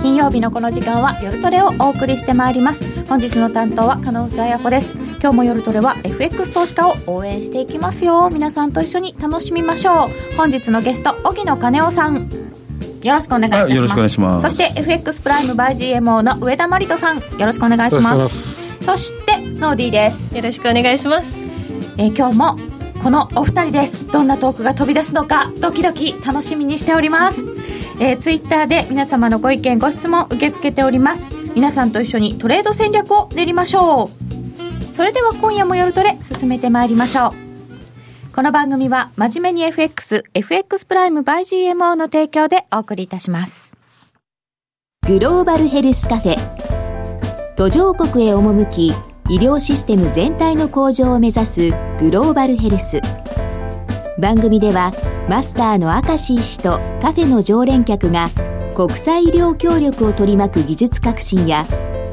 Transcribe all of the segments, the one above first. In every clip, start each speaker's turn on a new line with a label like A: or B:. A: 金曜日のこの時間は夜トレをお送りしてまいります本日の担当は加納内彩子です今日も夜トレは FX 投資家を応援していきますよ皆さんと一緒に楽しみましょう本日のゲスト荻野金夫さんよろしくお願いいたしま
B: は
A: す
B: いよろしくお願いします
A: そして FX プライムバイ GMO の上田真理人さんよろしくお願いしますそしてノーディーです、
C: よろしくお願いします。
A: えー今日もこのお二人ですどんなトークが飛び出すのかドキドキ楽しみにしております、えー、ツイッターで皆様のご意見ご質問受け付けております皆さんと一緒にトレード戦略を練りましょうそれでは今夜も夜トレ進めてまいりましょうこの番組は真面目に FXFX プライム by GMO の提供でお送りいたします
D: グローバルヘルスカフェ途上国へ赴き医療システム全体の向上を目指すグローバルヘルス番組ではマスターの明石医師とカフェの常連客が国際医療協力を取り巻く技術革新や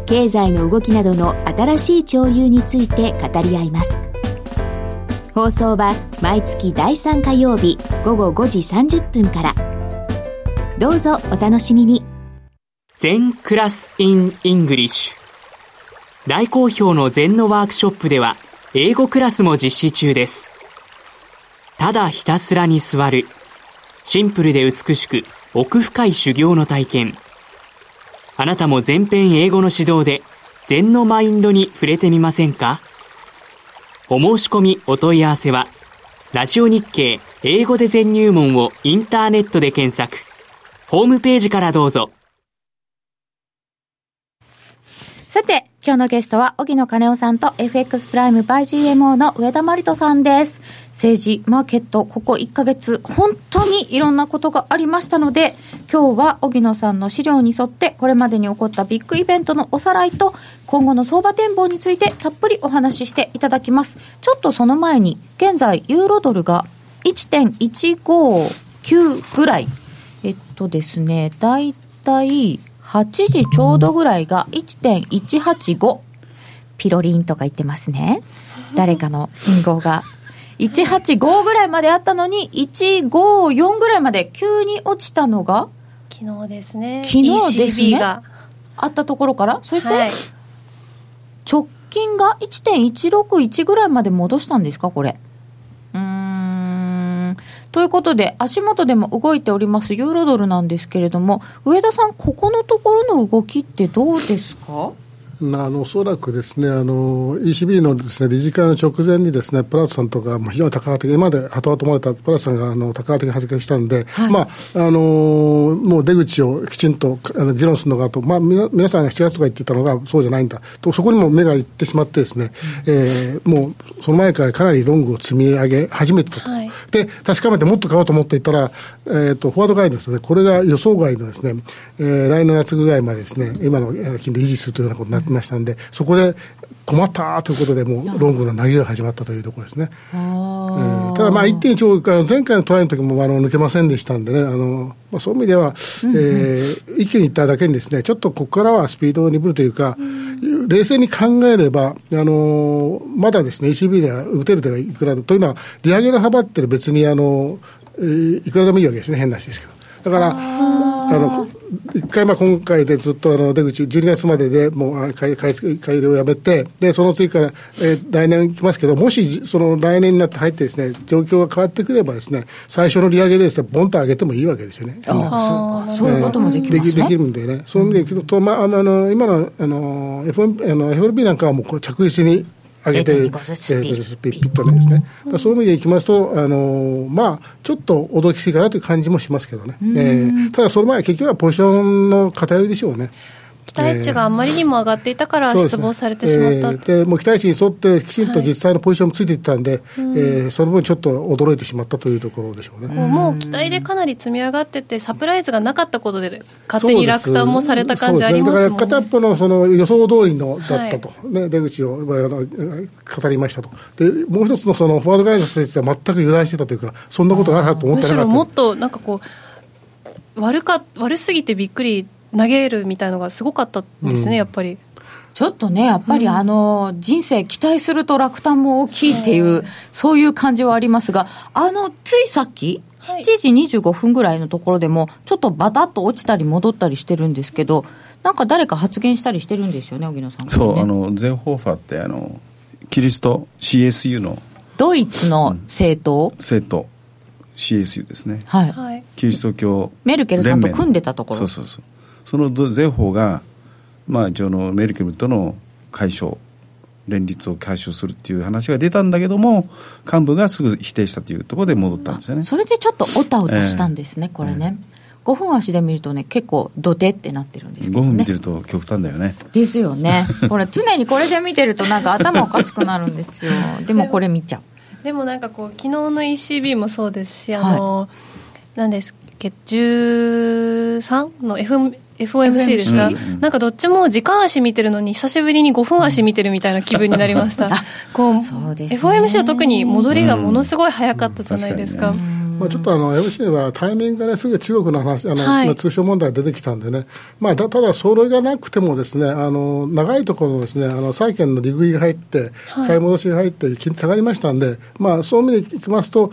D: 経済の動きなどの新しい潮流について語り合います放送は毎月第3火曜日午後5時30分からどうぞお楽しみに
E: 全クラス in English 大好評の全のワークショップでは英語クラスも実施中ですただひたすらに座るシンプルで美しく奥深い修行の体験あなたも全編英語の指導で禅のマインドに触れてみませんかお申し込みお問い合わせはラジオ日経英語で全入門をインターネットで検索ホームページからどうぞ
A: さて、今日のゲストは、荻野金夫さんと FX プライムバイ GMO の上田真理人さんです。政治、マーケット、ここ1ヶ月、本当にいろんなことがありましたので、今日は荻野さんの資料に沿って、これまでに起こったビッグイベントのおさらいと、今後の相場展望についてたっぷりお話ししていただきます。ちょっとその前に、現在、ユーロドルが1.159ぐらい。えっとですね、だいたい8時ちょうどぐらいが1.185。ピロリンとか言ってますね。誰かの信号が。185ぐらいまであったのに、154ぐらいまで急に落ちたのが
C: 昨日ですね。
A: 昨日ですね
C: ECB が。
A: あったところから、それって
C: はい。
A: 直近が1.161ぐらいまで戻したんですか、これ。うーん。ということで、足元でも動いておりますユーロドルなんですけれども、上田さん、ここのところの動きってどうですか
F: まあ、あのおそらくですねあの ECB のです、ね、理事会の直前にですねプラトさんとかも非常に高波的今まで後々漏れたプラトさんがあの高波的に発言したんで、
A: はい
F: まあ、あのもう出口をきちんとあの議論するのかと、まあ、みな皆さんが7月とか言ってたのがそうじゃないんだとそこにも目がいってしまってですね、えーもうその前からかなりロングを積み上げ始めてたと。
C: はい
F: で、確かめてもっと買おうと思っていたら、えっ、と、フォワードガイドですね、これが予想外のですね、えー来年夏ぐらいまでですね、今のえー金利維持するというようなことになってましたんで、そこで困ったということで、もうロングの投げが始まったというところですね。えーただ、まあ、1.1億から前回のトライの時もあの抜けませんでしたんでね、あのまあ、そういう意味では、えー一気にいっただけにです、ね、ちょっとここからはスピードを鈍るというか、冷静に考えれば、あのーまだです、ね、ECB では打てる手がいくらでもというのは、利上げの幅って別にあの、えーいくらでもいいわけですね、変な話ですけど。だからあの一回、まあ、今回でずっとあの出口、12月まででもうあ買い買い付け買い入れをやめて、でその次から、えー来年来ますけど、もしその来年になって入ってです、ね、状況が変わってくればです、ね、最初の利上げでです、ね、ボンと上げてもいいわけですよね。
A: そういうこともできま
F: ですきでき
A: ね。
F: るんでね、そういう意味で言うと、まあ、あのあの今のあの FM あの FRB なんかはもうこう着実に上げてる、
A: 0.25ずつ
F: 0.25ずつピッピッとねですね、だからそういう意味でいきますと、あのまあ、ちょっと驚きすぎかなという感じもしますけどね、えーただその前、結局はポジションの偏りでしょうね。
C: 期待値があまりにも上がっていたから
F: そうで
C: 失
F: すね
C: 望されてしまった。
F: えーでもう期待値に沿ってきちんと実際のポジションもついていったんで、えーその分ちょっと驚いてしまったというところでしょうね。
C: もうもう期待でかなり積み上がってて、サプライズがなかったことで、勝手に落胆もされた感じあります
F: そう
C: も
F: で
C: んね。
F: ねだから片っぽのその予想通りのだったと、ね、出口をまああの語りましたとでもう一つのそのフォワードガイドの人たちは全く油断してたというかそんなことがあるはずと思っ
C: む
F: て
C: し
F: なか
C: ろ
F: っ
C: も
F: た
C: っとなんかこう悪か悪すぎてびっくり投げるみたいのがすごかったですね、やっぱり
A: ちょっとね、やっぱりあの、人生期待すると落胆も大きいっていう、そういう感じはありますが、あの、ついさっき、
C: はい
A: 7時25分ぐらいのところでも、ちょっとバタッと落ちたり戻ったりしてるんですけど、なんか誰か発言したりしてるんですよね、荻野さん、
B: そう、
A: これ
B: あ
A: ね、
B: のゼンホーファーってあのキリスト CSU の
A: ドイツの政党、
B: 生徒 CSU ですね、
A: はい、
C: はい、
B: キリスト教
A: メルケルさんと
B: 連盟の
A: 組んでたところ
B: そうそうそうそのど税法が、まあ、一応のメルケルとの解消連立を解消するっていう話が出たんだけども幹部がすぐ否定したというところで戻ったんですよね
A: それでちょっとおたおたしたんですね、これね、5分足で見るとね、結構、どてってなってるんですけ
B: 5
A: どね。
B: 分見てると極端だよ ね
A: ですよ ね、これ、常にこれで見てると、なんか頭おかしくなるんですよ、でもこれ見ちゃう。
C: でもなんかこう昨日の ECB もそうですし、あのなんですっけ13の FM FOMC ですか、
B: うんうん
C: なんかどっちも時間足見てるのに久しぶりに5分足見てるみたいな気分になりました、こう
A: そうですね
C: FOMC は特に戻りがものすごい早かったじゃないですか,、
B: うん
F: まあ、ちょっとあの MC はタイミングが、ね、すぐ中国の話、あの
C: はい
F: まあ通商問題出てきたんでね、まあ、だただ、それがなくてもです、ね、あの長いところのです、ね、あの債券の利食いが入って、買い戻しが入って、金利下がりましたんで、まあ、そういう意味でいきますと、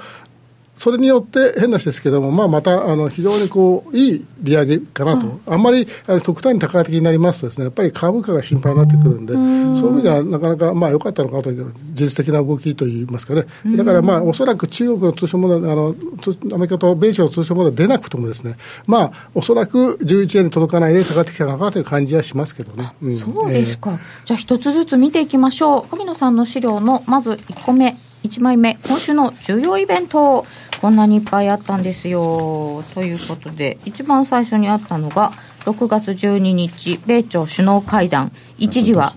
F: それによって変な話ですけども、まあ、またあの非常にこういい利上げかなと、あんまりあの極端に高的になりますとです、ね、やっぱり株価が心配になってくるんで、そういう意味ではなかなかまあ良かったのかなという、事実的な動きといいますかね、だからまあおそらく中国の通商問題、あの通アメリカと米朝の通商問題出なくともです、ね、まあ、おそらく11円に届かないで下がってきたのかなという感じはしますけどね。うん
A: そうですか、じゃあ一つずつ見ていきましょう荻野さんの資料のまず1個目1枚目今週の重要イベントこんなにいっぱいあったんですよということで一番最初にあったのが6月12日米朝首脳会談一時は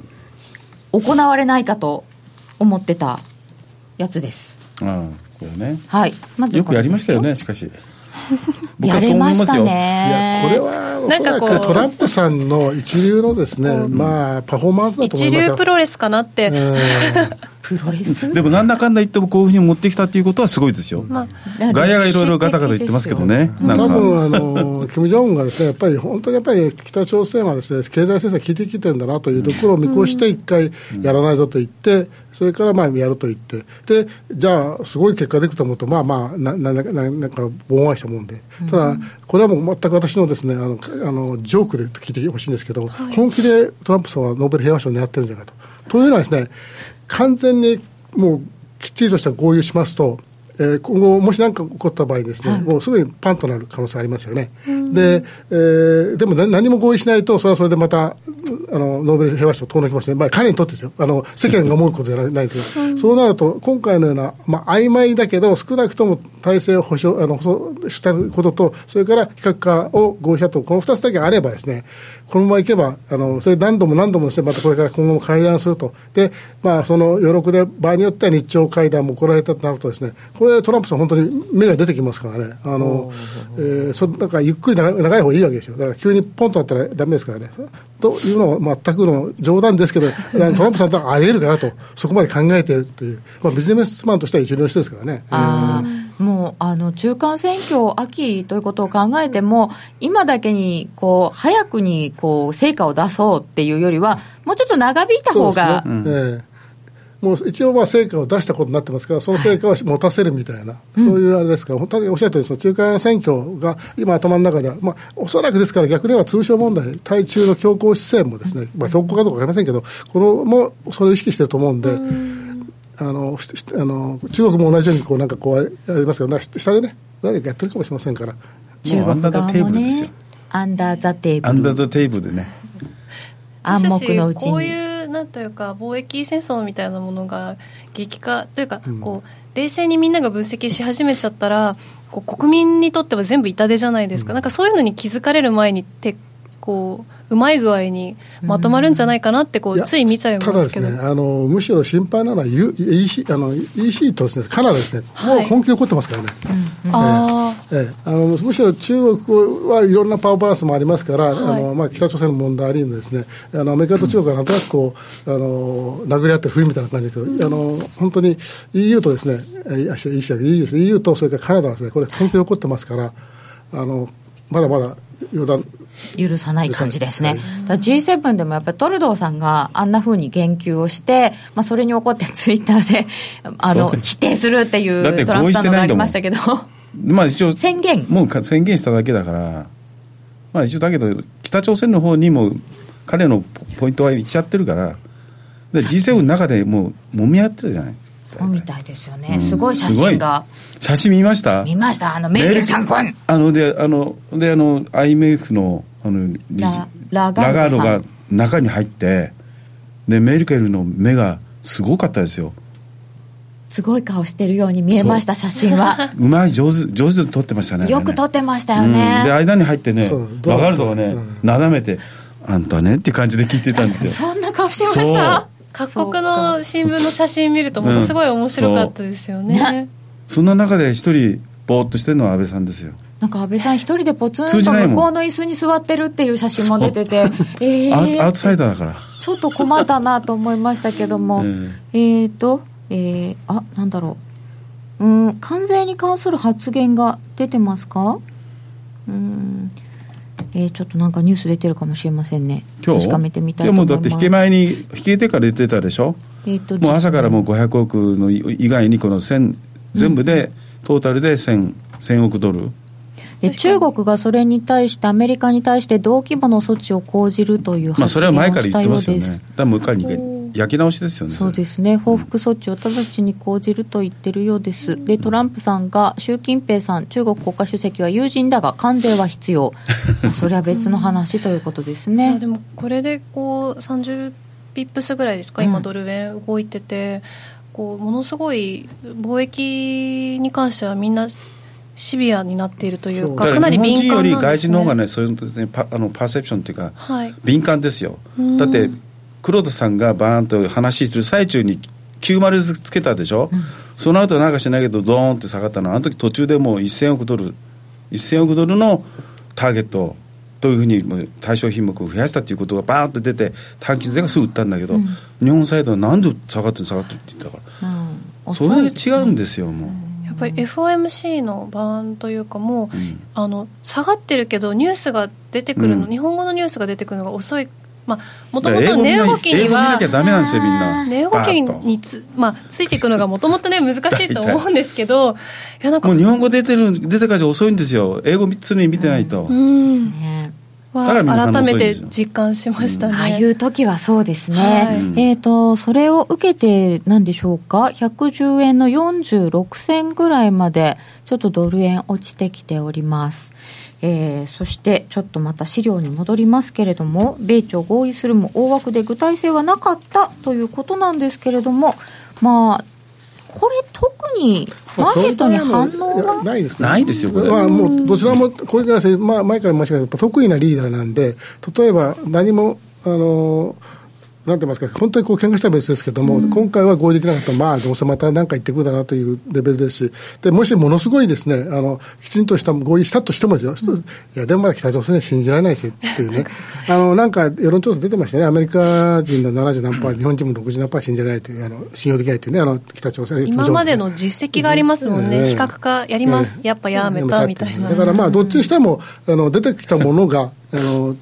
A: 行われないかと思ってたやつです
B: うんこれね
A: はいまず
B: よくやりましたよねしかし僕
A: や
B: はそう
A: れ
B: 思
A: ま
B: い
A: し
B: ます
A: た
B: よ
A: ね
F: これはお
C: なん
F: そ
C: からこう
F: くトランプさんの一流のですね、まあ、パフォーマンスだと思い
C: 一
F: ます
C: 流
F: よ
C: プロレスかなって、
A: プロレス
B: でもなんだかんだ言ってもこういうふうに持ってきたということはすごいですよ、
C: まあ
B: 外野がいろいろガタガタ言ってますけどね、なん
F: 多
B: か
F: 分あの金正恩がですねやっぱり本当にやっぱり北朝鮮はですね経済制裁効いてきてるんだなというところを見越して一回やらないぞと言って。それからまあやると言って、でじゃあ、すごい結果でいくと思うと、まあまあ、なななななんか、ぼんわりしたもんで、ただ、これはもう全く私のですねあのかあのジョークで聞いてほしいんですけど、本気でトランプさんはノーベル平和賞を狙ってるんじゃないかと。というのはですね、完全にもうきっちりとした合意をしますと、えー今後、もし何か起こった場合ですね、もうすぐにパンとなる可能性ありますよね。で、えーでもな何も合意しないと、それはそれでまた、あの、ノーベル平和賞を遠のきますね。まあ、彼にとってですよ。あの、世間が思うことじゃないですけど、そうなると、今回のような、まあ、曖昧だけど、少なくとも体制を保障、あの、保障したことと、それから非核化を合意したと、この二つだけあればですね、このままいけば、あの、それ何度も何度もして、またこれから今後も会談すると。で、まあ、その余力で、場合によっては日朝会談も来られたとなるとですね、これ、トランプさん、本当に目が出てきますからね、あの、えーそなんかゆっくり長長い方がいいわけですよ。だから急にポンとなったらダメですからね。というのは全くの冗談ですけど、あのトランプさんとはあり得るかなと、そこまで考えてるという、まあ、ビジネスマンとしては一流の人ですからね。
A: あーもうあの中間選挙秋ということを考えても、今だけにこう早くにこう成果を出そうっていうよりは、もうちょっと長引いた方が、
F: そうですねええもう一応まあ成果を出したことになってますから、その成果を持たせるみたいな、そういうあれですから、本当におっしゃる通り、その中間選挙が今、頭の中では、まあ、おそらくですから、逆に言えば通商問題、対中の強硬姿勢もですね、まあ、強硬かどうか分かりませんけど、このもそれを意識してると思うんで。あのししあの中国も同じようにこうなんかこうありますけどな下でね何かやってるかもしれませんから
A: 中
B: もうアン
A: 国
B: ダーザ
A: 側
B: テー
A: も
B: ブルですよ
A: ね、アンダーザテー
B: アン
A: ブ
B: ダ
A: ル、
B: ーザテーブルでね
A: 暗黙のう
C: ですし
A: ち
C: こう
A: に。
C: いうなんというか貿易戦争みたいなものが激化というか、こう冷静にみんなが分析し始めちゃったらこう国民にとっては全部痛手じゃないですか、なんかそういうのに気づかれる前にてこううまい具合にまとまるんじゃないかなってこう、
F: いや
C: つい見ちゃいま
F: ただです
C: け
F: す
C: ど
F: ね、あのむしろ心配なのは、U、EC, あの EC とです、ね、カナダですね、
C: はい
F: もう本気で怒ってますからね。
C: あー
F: ええ、あのむしろ中国はいろんなパワーバランスもありますから、
C: はい
F: あのまあ、北朝鮮の問題ありのです、ね、あのアメリカと中国がなんとなくこう、あの殴り合ってる冬みたいな感じだけど、あの本当に EU とですね、えいや EU じゃない EU です EU とそれからカナダはです、ね、これ、本気で起こってますから、あのまだまだ余談、
A: 許さない感じですね、だから G7 でもやっぱりトルドーさんがあんなふうに言及をして、まあ、それに怒ってツイッターであの
B: そう
A: 否定するってい
B: だって
A: うトラン
B: 合
A: プ
B: 意
A: さ
B: し
A: ん
B: て
A: のが
B: な
A: あ
B: いん
A: り
B: だもん
A: ましたけど。
B: まあ一応
A: 宣言
B: もうか宣言しただけだから、まあ、一応だけど北朝鮮の方にも彼のポポイントは行っちゃってるからで G7 の中でもう揉み合ってるじゃない
A: そうみたいですよ
B: う
A: ね
B: ん
A: すごい写真が
B: すごい写真見ました
A: 見ましたあのメーケルさんこん
B: あのであのであの IMF のあの理事
A: ララガルドさん
B: が中に入ってでメルケルの目がすごかったですよ
A: すごい顔してるように見えました写真は
B: うまい上手上手に撮ってましたね
A: よく撮ってましたよ
B: うんで
A: ね、
B: 間に入ってね
F: そう
B: ラガルドがね、
F: うん
B: なだめて「あんたね」って感じで聞いてたんですよ
A: そんな顔してました
C: 各国の新聞の写真見るとものすごい面白かったですよ
A: うんそう
C: ね、
B: そんな中で一人ぼーっとしてるのは安倍さんですよ
A: なんか安倍さん一人でポツ
B: 通
A: ン
B: じ
A: と
B: ないもん
A: 向こうの椅子に座ってるっていう写真も出てて、え
B: ア
A: ー
B: ウアウトサイダーだから
A: ちょっと困ったなと思いましたけども、
B: うん
A: えっ、と、えー、あなんだろううん関税に関する発言が出てますかうんえー、ちょっとなんかニュース出てるかもしれませんね
B: 今日
A: 確かめてみたい
B: い
A: と
B: や
A: 思
B: も
A: いうます
B: だって引け前に引けてから出てたでしょ
A: えーと
B: もう朝からもう500億のい以外にこの1000全部で、トータルで 1000, 1000億ドル
A: で中国がそれに対してアメリカに対して同規模の措置を講じるという
B: まあ
A: 発
B: そ
A: 言
B: れは
A: を
B: 前から
A: し
B: 言ったて
A: よ
B: ま
A: う
B: すよ
A: で
B: ね
A: す。
B: だからもう一回に焼き直しですよね
A: そうですすね報復措置を直ちに講じると言ってるようです、でトランプさんが習近平さん、中国国家主席は友人だが、関税は必 要、まあそれは別の話ということです
C: い
A: ね
C: やで。もこれでこう30ピップスぐらいですか、
A: う
C: 今
A: ん
C: ドル円動いててこうものすごい貿易に関してはみんなシビアになっているというか
B: だ
C: か
B: か
C: な
B: ら日
C: り
B: 本
C: 敏
B: 人よ
C: 感
B: り
C: なん
B: 外
C: です
B: 人の方が
C: ね
B: ねそういうのですねパあのパーセプションというか
C: はい
B: 敏感ですよ
C: ん
B: だって黒田さんがバーンと話する最中に90つけたでしょ、その後なんかしないけどドーンって下がったのあの時途中でもう1000億ドル1000億ドルのターゲットというふうにもう対象品目を増やしたということがバーンと出て短期税がすぐ売ったんだけど、日本サイドはなんで下がってる下がってるって言ったか
A: うん
B: らそれで
A: 遅い
B: 違うんですよもう、
C: やっぱり FOMC の版というかもう、
B: うん
C: あの下がってるけどニュースが出てくるの、
B: うん
C: 日本語のニュースが出てくるのが遅いまあもと
B: だか
C: も
B: ら英
C: と
B: 語見な
C: 値動き
B: 英
C: に
B: 語見な
C: は
B: きゃダメなんですよみんな
C: 値動きにつ,、まあ、ついていくのがもともとね難しいと思うんですけどいやなんか
B: もう日本語出てる出てからじゃ遅いんですよ英語常に見てないと、
C: うん
A: ね
B: だから皆さん
C: は
B: も
C: 改
B: そう
C: め
B: で
C: て
B: すよ
C: 実感しましたね、
A: ああいう時はそうですね、
C: はい
A: えー、とそれを受けて、なんでしょうか、110円の46銭ぐらいまで、ちょっとドル円落ちてきております。えーそしてちょっとまた資料に戻りますけれども米朝合意するも大枠で具体性はなかったということなんですけれどもまあこれ特にマーケットに反応
F: いや
A: が
F: ないですね。
B: ないですよこれ
F: まあ、もうどちらも、これからせ、まあ、前から申し上げた得意なリーダーなんで、例えば何も、あのなんて言いますか本当にこう喧嘩したら別ですけども、今回は合意できなかったら、まあ、どうせまた何か言ってくるだなというレベルですし、でもしものすごいですねあの、きちんとした合意したとしてもですよ、いや、でもまだ北朝鮮信じられないしっていうね、あのなんか世論調査出てましたね、アメリカ人の70何パー、日本人も60何パー信じられないというあの、信用できないというね、あの北朝鮮、
C: 今までの実績がありますもんね、
F: ええ
C: 比較化やります、
F: ええ
C: やっぱやめたみたいな、
F: だからまあ、どっちにしても、あの出てきたものが、あの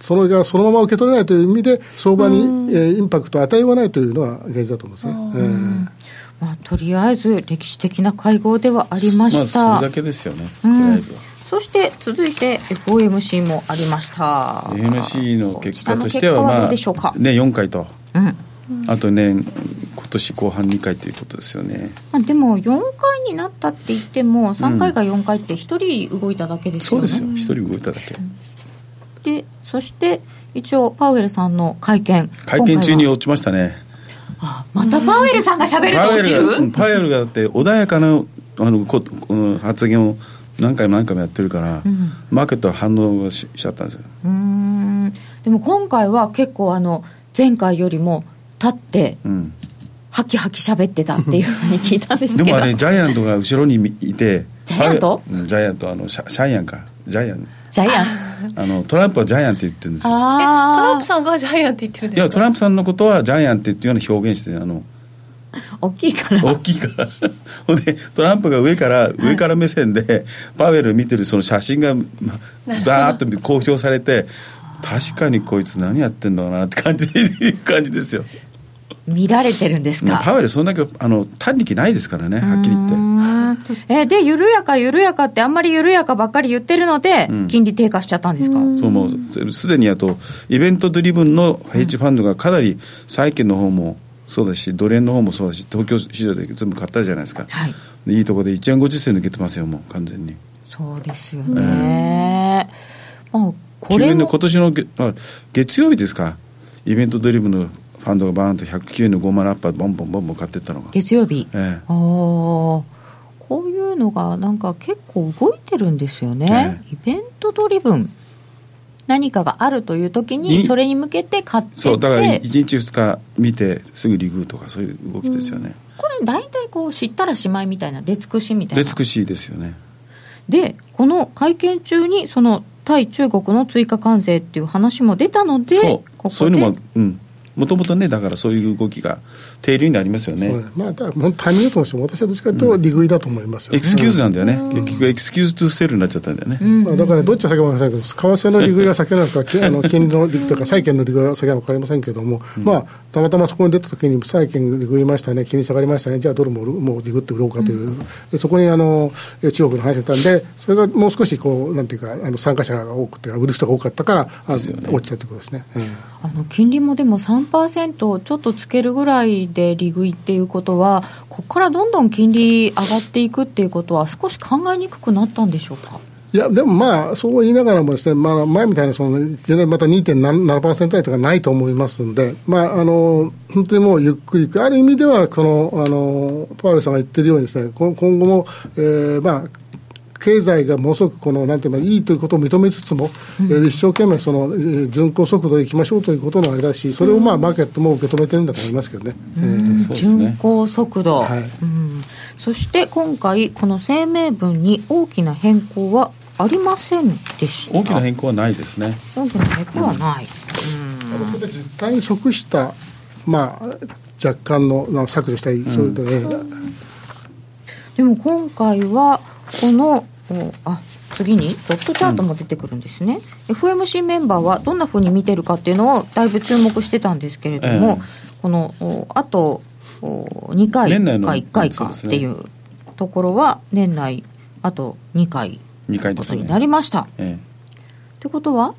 F: それがそのまま受け取れないという意味で、相場に、えーインパクトを与えようがないというのは現実だと思うんですね。
A: まあ、とりあえず歴史的な会合ではありま
B: まあ
A: した、
B: それだけですよね、
A: うん
B: とりあえずは
A: そして続いて FOMC もありました。
B: FMC の結果と
A: こ
B: して
A: ちらの結果
B: はま
A: ど
B: あ
A: うでしょうか。
B: ね4回と
A: うん。ま
B: あとね今年後半2回ということですよね
A: あでも4回になったって言っても3回か4回って1人動いただけです
B: そう
A: よね。
B: ですよ一人動いただけ
A: でそして一応パウエルさんの会見。
B: 会見中
A: 今
B: に
A: 回は
B: 落ちましたね
A: あまたパウエルさんが喋ると
B: パウエ
A: 落ち
B: ルがうん
A: る。
B: パウエルがだって穏やかなあのこうん発言を何回も何回もやってるから、
A: ん
B: マーケットは反応ししちゃったんですよ
A: うーん。でも今回は結構あの前回よりも立って
B: うん
A: ハキハキ喋ってたっていうふうに聞いたんですけ
B: で
A: ど。
B: もあれジャイアントが後ろにいて
A: ジャイアント
B: パウエルうんジャイアントあのシャシャイアンかジャイアン
A: ジャイアン。
B: あのトランプはジャイアンって言ってるんですよ
C: えトラン
A: あ
C: プさんがジャイアンって言ってるん
B: い
C: で
B: や
C: す
B: ト
C: か
B: ランプさんのことはジャイアンってっていうような表現してあの
A: あ大きいから。
B: 大きいから ほんでトランプが上から上から目線でパウエル見てるその写真がまバーッと公表さ れて確かにこいつ何やってんだろうなって感じ感じですよ
A: 見られてるんです
B: まあ、パ
A: か。
B: ウエルそんだけあの短力ないですからねはっきり言って
A: うんえで、緩やか、緩やかって、あんまり緩やかばっかり言ってるので、
B: うん
A: 金利低下しちゃったんですか。
B: そうもうすでにあとイベントドリブンのヘッジファンドがかなり債券の方もそうだしドル円の方もそうだし東京市場で全部買ったじゃないですか、
A: はい
B: でいいとこで1円50銭抜けてますよもう完全に
A: そうですよね。まあ、こ
B: 9
A: れ
B: 円の
A: も
B: 今年のげあ月曜日ですかイベントドリブンのファンドがバーンと109円の5万アッパーボンボンボンボン買ってったのが
A: 月曜日。
B: ええ
A: ああ、こういうのがなんか結構動いてるんですよね。イベントドリブン。何かがあるという時に、
B: に
A: それに向けて買ってって、
B: そうだから1
A: こ
B: 日2日見てすぐリグーとかそういう動きですよね、
A: れ大体こう知ったらしまいみたいな、出尽くしみたい
B: で
A: な。
B: 尽くしいですよね
A: で、この会見中に、その対中国の追加関税っていう話も出たので、
B: そ
A: こ
B: う
A: こで
B: そういうのもうんもともとねだからそういう動きが定流になりますよ
F: そう
B: ね
F: ですまあ、だ本当タイミングだと思うし、私はどっちかというと、利食いだと思いますよ、ね
B: エクスキューズなんだよね、結局エクスキューズトゥセールになっちゃったんだよね、
F: まあ、だからどっちが先か分かりませんけど、為替の利食いが先なの か、きあの金利の利食いとか、債券の利食いが先なのか分かりませんけども、まあ、たまたまそこに出たときに、債券利食いましたね、金利下がりましたね、じゃあドルも売るもう利食って売ろうかという、でそこにあのえ中国の話だったんで、それがもう少しこう、なんていうか、あの参加者が多くて、売る人が多かったから、あ落ちたということですね。うん
A: あの金利もでも3%ちょっとつけるぐらいで利食いっていうことは、ここからどんどん金利上がっていくっていうことは、少し考えにくくなったんでしょうか。
F: いや、でもまあ、そう言いながらもですね、まあ、前みたいな、その、いきなりまた2.7%台とかないと思いますんで、まあ、あの、本当にもうゆっくりゆっくり、ある意味では、この、あの、パウエルさんが言ってるようにですね、こ今後も、えーまあ、経済がものすごくこの、なんていうのいいということを認めつつも、えー一生懸命その、えー巡航速度でいきましょうということのあれだし、それをまあ、マーケットも受け止めてるんだと思いますけどね。えー
B: そうです
A: 巡
B: ね
A: 航速度、
F: はい
A: うん、そして今回、この声明文に大きな変更はありませんでした。
B: 大きな変更はないですね
A: 大きな変更はない、
F: それで実態に即した、まあ、若干の、まあ、削除したり、そういうと、えー
A: でも今回はこのおあ次にドットチャートも出てくるんですね、FMC メンバーはどんなふうに見てるかっていうのをだいぶ注目してたんですけれども、
B: え
A: このおあとお2回
B: 年内の
A: か1回か
B: そう
A: っ
B: です
A: て
B: ね
A: いうところは年内あと2回
B: 2回
A: こ
B: で
A: と
B: す
A: に
B: ね
A: なりました、っ
B: え
A: てことは、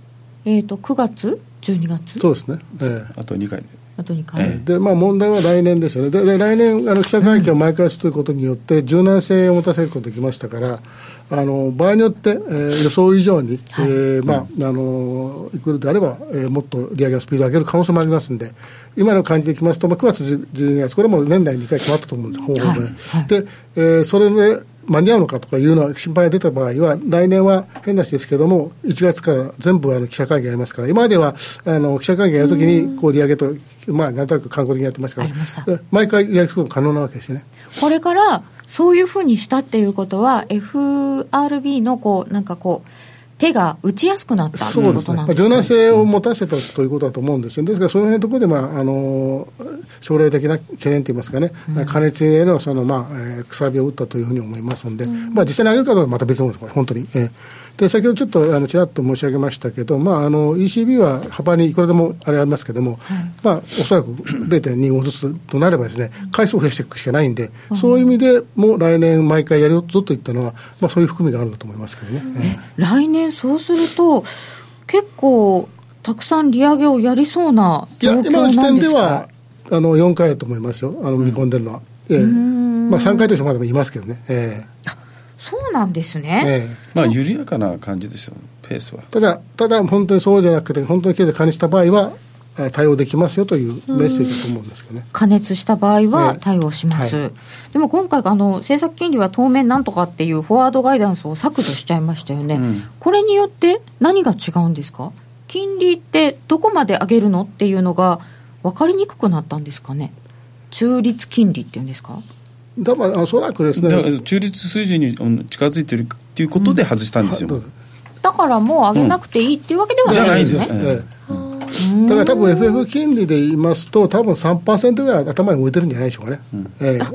A: えー、と9月12月
F: そうですね。ええ
B: えあと2回
A: あと2回、
B: え
F: でまあ、問題は来年ですよね、でで来年、あの記者会見を毎回するということによって、柔軟性を持たせることができましたから、あの場合によって、えー予想以上に、えーまああのいくのであれば、えーもっと利上げのスピードを上げる可能性もありますんで、今の感じでいきますと、まあ、9月、10 12月、これも年内に2回決まったと思うんです、方法で。でえーそれで間に合うのかとかいうのは心配が出た場合は、来年は変な話ですけども、1月から全部あの記者会見やりますから、今まではあの記者会見やるときに、こう利上げと、まあ、なんとなく観光的にやってましたか
A: ありました
F: ら、で毎回利上げすることも可能なわけですよね。
A: これからそういうふうにしたっていうことは FRB のこうなんかこう手が打ちやすくなったって
F: そう
A: こ
F: です
A: と
F: ね、
A: な
F: ま
A: ん
F: あ、
A: です
F: 柔
A: ね
F: 軟性を持たせたということだと思うんですよ、ですから、その辺のところで、まああの将来的な懸念といいますかね、加熱へのその、まあえーくさびを打ったというふうに思いますので、まあ、実際に上げるかどうかはまた別のことです、これ本当に。ええで先ほどちょっとあのちらっと申し上げましたけど、まあ、あの ECB は幅にいくらでもあれありますけども、まあ、おそらく0.25ずつとなればです、ね、回数を増やしていくしかないんで、そういう意味でもう来年、毎回やるぞといったのは、まあ、そういう含みがあるんだと思いますけどね。ええ
A: 来年そうすると結構たくさん利上げをやりそうない状況
F: や
A: なんです
F: 今
A: か
F: の時点ではあの4回だと思いますよ、あの見込んでるのは。ええまあ、3回としてまだいますけどね、え
A: そうなんです
F: え
A: ね、
F: ええ
B: まあ緩やかな感じですよペースは
F: ただ、ただ本当にそうじゃなくて、本当に経済加熱した場合は、あ対応できますよというメッセージだと思うんですけどね。
A: 加熱した場合は
F: ええ
A: 対応します、
F: は
A: でも今回あの政策金利は当面なんとかっていうフォワードガイダンスを削除しちゃいましたよね、
B: うん
A: これによって何が違うんですか金利ってどこまで上げるのっていうのが分かりにくくなったんですかね中立金利っていうんですか
F: だから、おそらくです
B: だから
F: ね、
B: 中立水準にうん近づいてるっていうことで外したんですよ、
F: どうぞ
A: だからもう上げなくていいっていうわけでは
B: じゃ
A: な
B: ないい
A: で
B: ですす
A: ね、
B: ええ
F: だから多分 FF 金利で言いますと、多分3%ぐらい頭に置いてるんじゃないでしょうかね。ええら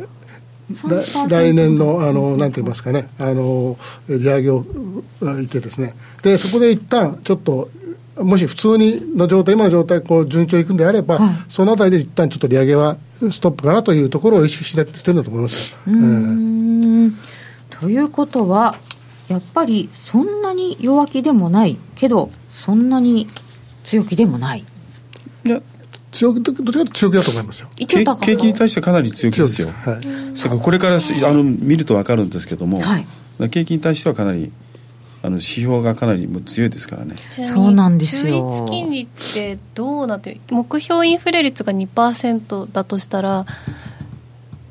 A: 3%
F: 来年のあの、なんて言いますかね、あの利上げをう言ってですね、でそこで一旦ちょっともし普通にの状態、今の状態、こう順調いくんであれば、
A: はい
F: そのあたりで一旦ちょっと利上げはストップかなというところを意識しなしてるんだと思います。
A: うーんということはやっぱりそんなに弱気でもないけどそんなに強気でもない
B: いや
F: 強気どっちかというと強気だと思いますよ。
A: 一応
B: 景
A: 高く
B: 景気に対してかなり強気ですよ。
F: はい。
B: だからこれからしあの見ると分かるんですけども、
A: はい
B: 景気に対してはかなりあの指標がかなりもう強いですからね。
C: ちなみに
A: そうなんですよ
C: 中立金利ってどうなって目標インフレ率が2%だとしたら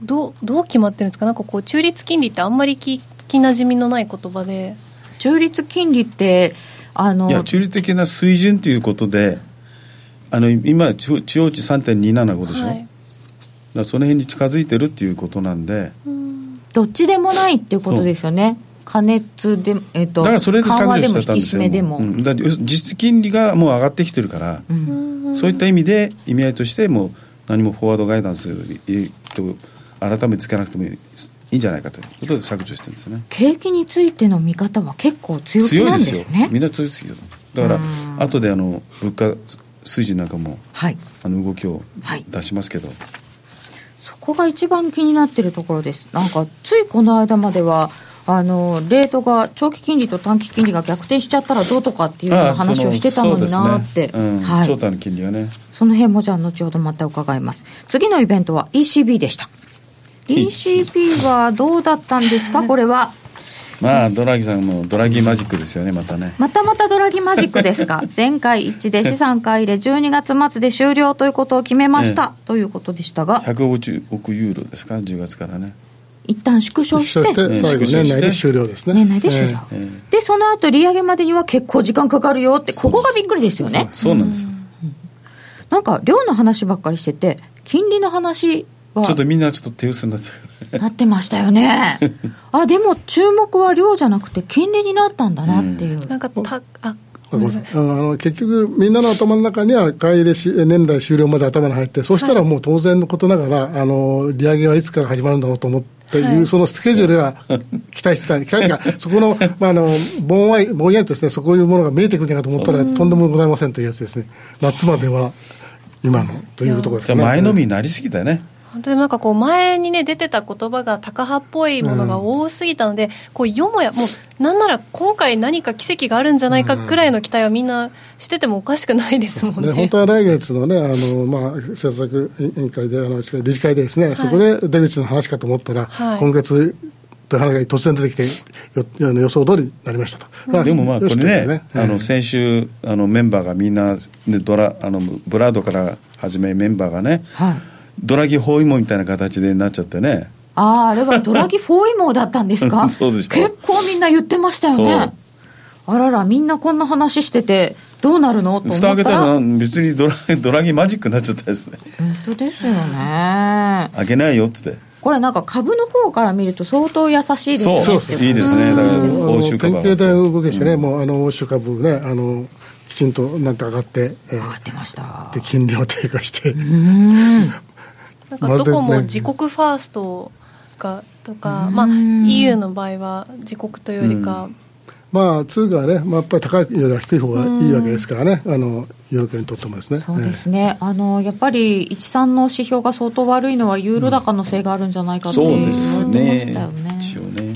C: どうどう決まってるんですかなんかこう中立金利ってあんまり聞きなじみのない言葉で
A: 中立金利ってあの
B: いや中立的な水準ということであの今中中央値3.275でしょ、
C: は
B: だ
C: い
B: か、らその辺に近づいてるっていうことなんで
A: どっちでもないっていうことですよね加熱で、えっと
B: だからそれで
A: 緩
B: 削
A: 和
B: 除
A: で
B: し
A: も
B: ち
A: 引き
B: ゃったんです
A: 締
B: よ
A: めでも、
B: うんだって要するに実質金利がもう上がってきてるから、
A: うん
B: そういった意味で意味合いとしてもう何もフォワードガイダンスと改めてつけなくてもいいいいんじゃないかということで削除してるんですね
A: 景気についての見方は結構強気
B: 強い
A: なん
B: で
A: です
B: すよ
A: ね
B: みんな強いですよだから後であの物価水準なんかも
A: はい
B: あの動きを
A: はい
B: 出しますけど、
A: そこが一番気になってるところです。なんかついこの間まではあのレートが長期金利と短期金利が逆転しちゃったらどうとかっていうよう
B: あ
A: な
B: あ
A: 話をしてたのになーって、
B: そのそうですねうん
A: はい、
B: 長短の金利はね
A: その辺もじゃあ後ほどまた伺います次のイベントは ECB でした ECB はどうだったんですかこれは
B: まあドラギさんもドラギマジックですよねまたね
A: またまたドラギマジックです が前回一致で資産買い入れ12月末で終了ということを決めました、ということでしたが
B: 150億ユーロですか10月からね
A: 一旦縮小
F: そ
A: し
F: してて最後年内で終了ですね。
A: 年内で終了、
F: え
A: でその後利上げまでには結構時間かかるよってここがびっくりですよね
B: そうなんですよ
A: なんか量の話ばっかりしてて金利の話は
B: ちょっとみんなちょっと手薄になってる
A: なってましたよ ねあでも注目は量じゃなくて金利になったんだなっていう、
C: なんかたあ
F: えあの結局、みんなの頭の中には、買い入れし年内終了まで頭に入って、そしたらもう当然のことながら、あの利上げはいつから始まるんだろうと思ってい
C: は
F: う、
C: い
F: そのスケジュールが期待してた、期待が、そこの、まあ、あのぼんわりぼんやりとして、そこいうものが見えてくるんじゃないかと思ったら、とんでもございませんというやつですね、夏までは今のというところです
B: じゃ
F: ね。
B: あ前のみになりすぎたよね、
C: 本当になんかこう前にね出てた言葉がタカ派っぽいものが多すぎたので、こうよもやもうなんなら今回何か奇跡があるんじゃないかくらいの期待はみんなしててもおかしくないですもんね。
F: ね、本当は来月のね、あの、まあ、政策委員会で、あの、理事会でですね、そこで出口の話かと思ったら、
C: はい
F: 今月、という話が突然出てきて、よあの予想通りになりましたと。だから
B: でもまあこ
F: よ
B: れ
F: しとい
B: ね
F: う
B: あの先週あのメンバーがみんな、ね、ドラあのブラードから始めメンバーがね、
A: はい
B: ドラギ包囲網みたいな形でなっちゃってね
A: あああれはドラギフォーイモーだったんですか
B: そうでしょ
A: 結構みんな言ってましたよねあららみんなこんな話しててどうなるのと思っ
B: 蓋開け
A: た
B: た
A: ら
B: ら
A: 本
B: 別にドラ ドラギマジックになっちゃったですね
A: 当ですよね
B: 開けないよっつって
A: これなんか株の方から見ると相当優しいですよね
B: そう
A: って
B: いいですねだから
F: うん
B: 欧州
F: 典
B: 株
F: 型で動きしてね、もう、あの、欧州株ね、あの、きちんとなんて上がって、え
A: 上がってました
F: ーで、金利を低下して、
C: なんかどこも自国ファーストがとか、まあ、EU の場合は自国というよりか、
F: まあ、通貨はね、まあ、やっぱり高いよりは低い方がいいわけですからね、あの、ヨーロッパにとってもですね。
A: そうですね、あのやっぱり一三の指標が相当悪いのはユーロ高のせいがあるんじゃないかって
B: そう
A: 言われて
B: で
A: まし
B: す
A: たよ
B: ね
A: ね。
B: 一応ね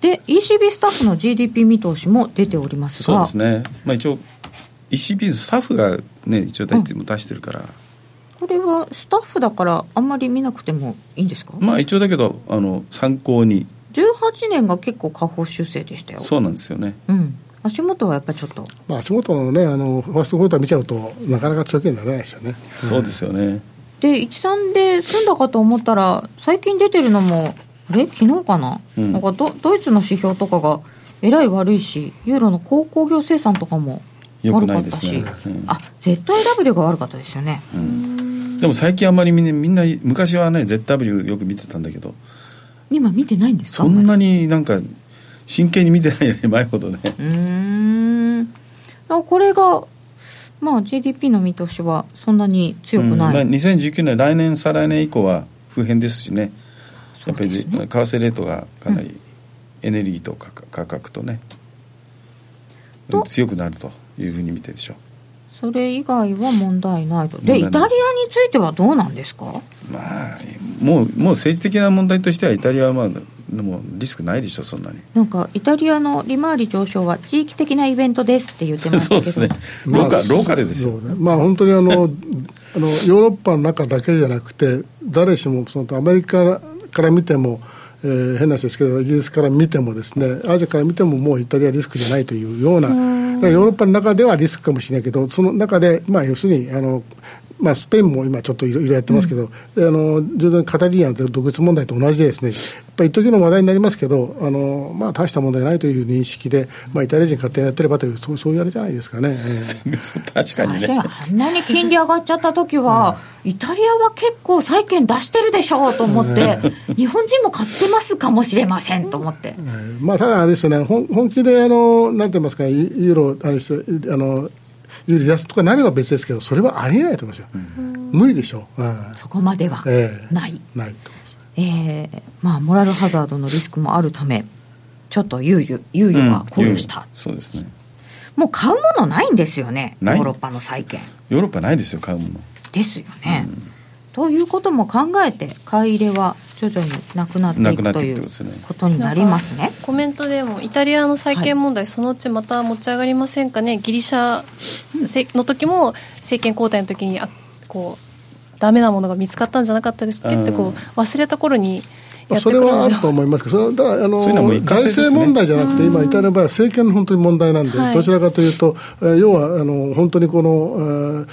A: で ECB スタッフの GDP 見通しも出ております
B: そう
A: が
B: ですねまあ一応 ECB のスタッフがね一応大体も出してるから、
A: これはスタッフだからあんまり見なくてもいいんですか、
B: まあ一応だけどあの参考に
A: 18年が結構下方修正でしたよ
B: そうなんですよね
A: うん足元はやっぱちょっと
F: まあ、足元のね、あの、ファーストクォーター見ちゃうと、なかなか強気にならないですよね。
B: そうですよね
A: で13で済んだかと思ったら最近出てるのもあれ昨日かな,、
B: うん
A: なんかドドイツの指標とかがえらい悪いしユーロの鉱工業生産とかも
B: 良く
A: 悪
B: な
A: か
B: い
A: っ
B: で
A: た
B: す
A: し、
B: ねうん
A: あ ZIW が悪かったですよね、
B: でも最近あんまりみんなみんな昔はね ZW よく見てたんだけど
A: 今見てないんですか
B: そんなになんか真剣に見てないよね前ほどね
A: うーんあこれがまあ GDP の見通しはそんなに強くない、
B: うん、2019年来年再来年以降は不変ですしねやっぱり為替レートがかなりエネルギーとか価格とね、
A: と
B: 強くなるというふうに見てるでしょう
A: それ以外は問題ないと。で、
B: 問題
A: イ
B: な
A: タ
B: い
A: リアについてはどうなんですか
B: まあもうもう政治的な問題としてはイタリアはまあでもリスクないでしょそんなに
A: なんか、イタリアの利回り上昇は地域的なイベントですって言ってましたけ
B: そう
A: ど。
B: ですね。ローカル、ローカルですよ
F: そう。ねまあ、本当にあのあのヨーロッパの中だけじゃなくて誰しもそのアメリカから見ても、えー変な話ですけどイギリスから見てもですねアジアから見てももうイタリアリスクじゃないというようなだからヨーロッパの中ではリスクかもしれないけどその中で、まあ、要するにあの、まあ、スペインも今ちょっといろいろやってますけど、であの従前カタリアの独立問題と同じでですねやっぱり一時の話題になりますけどあの、まあ、大した問題ないという認識で、まあ、イタリア人勝手にやってればというそうそういうあれじゃないですかね。えー
B: 確か
A: あ
B: に
A: そうや
B: ね。
A: あんなに金利上がっちゃった時 は、イタリアは結構債券出してるでしょうと思って、日本人も買ってますかもしれませんと思って。
F: まあ、ただあれですよね、本本気であの、なんて言いますか、ユユーロ、あのしあのユーロ安とかなれば別ですけど、それはありえないと思いますよ、無理でしょ、う
A: そこまでは
F: ええ
A: ない。
F: ん、ないと。
A: えーまあ、モラルハザードのリスクもあるため、ちょっと猶予、猶予は考慮した。
B: そうですね。
A: もう買うものないんですよね、ヨ
B: ない
A: ーロッパの債券。
B: ヨーロッパないですよ、買うもの。
A: ですよね。ということも考えて、買い入れは徐々になくなってい
B: なくな
A: くと
B: って
A: い
B: いくってことですね
A: うことになりますね。
C: コメントでもイタリアの債権問題、そのうちまた持ち上がりませんかねギリシャせの時も政権交代の時にあこうダメなものが見つかったんじゃなかったですっけってこう忘れた頃にやって
F: そ
C: く
F: れ
C: る
F: は
C: の
F: あると思いますけど、それはだからあの
B: そういうのはもう一過性
F: 財
B: ですね
F: 政問題じゃなくて、今、イタリアの場合は政権の本当に問題なんで、
C: はい
F: どちらかというと、えー要はあの本当にこの、えー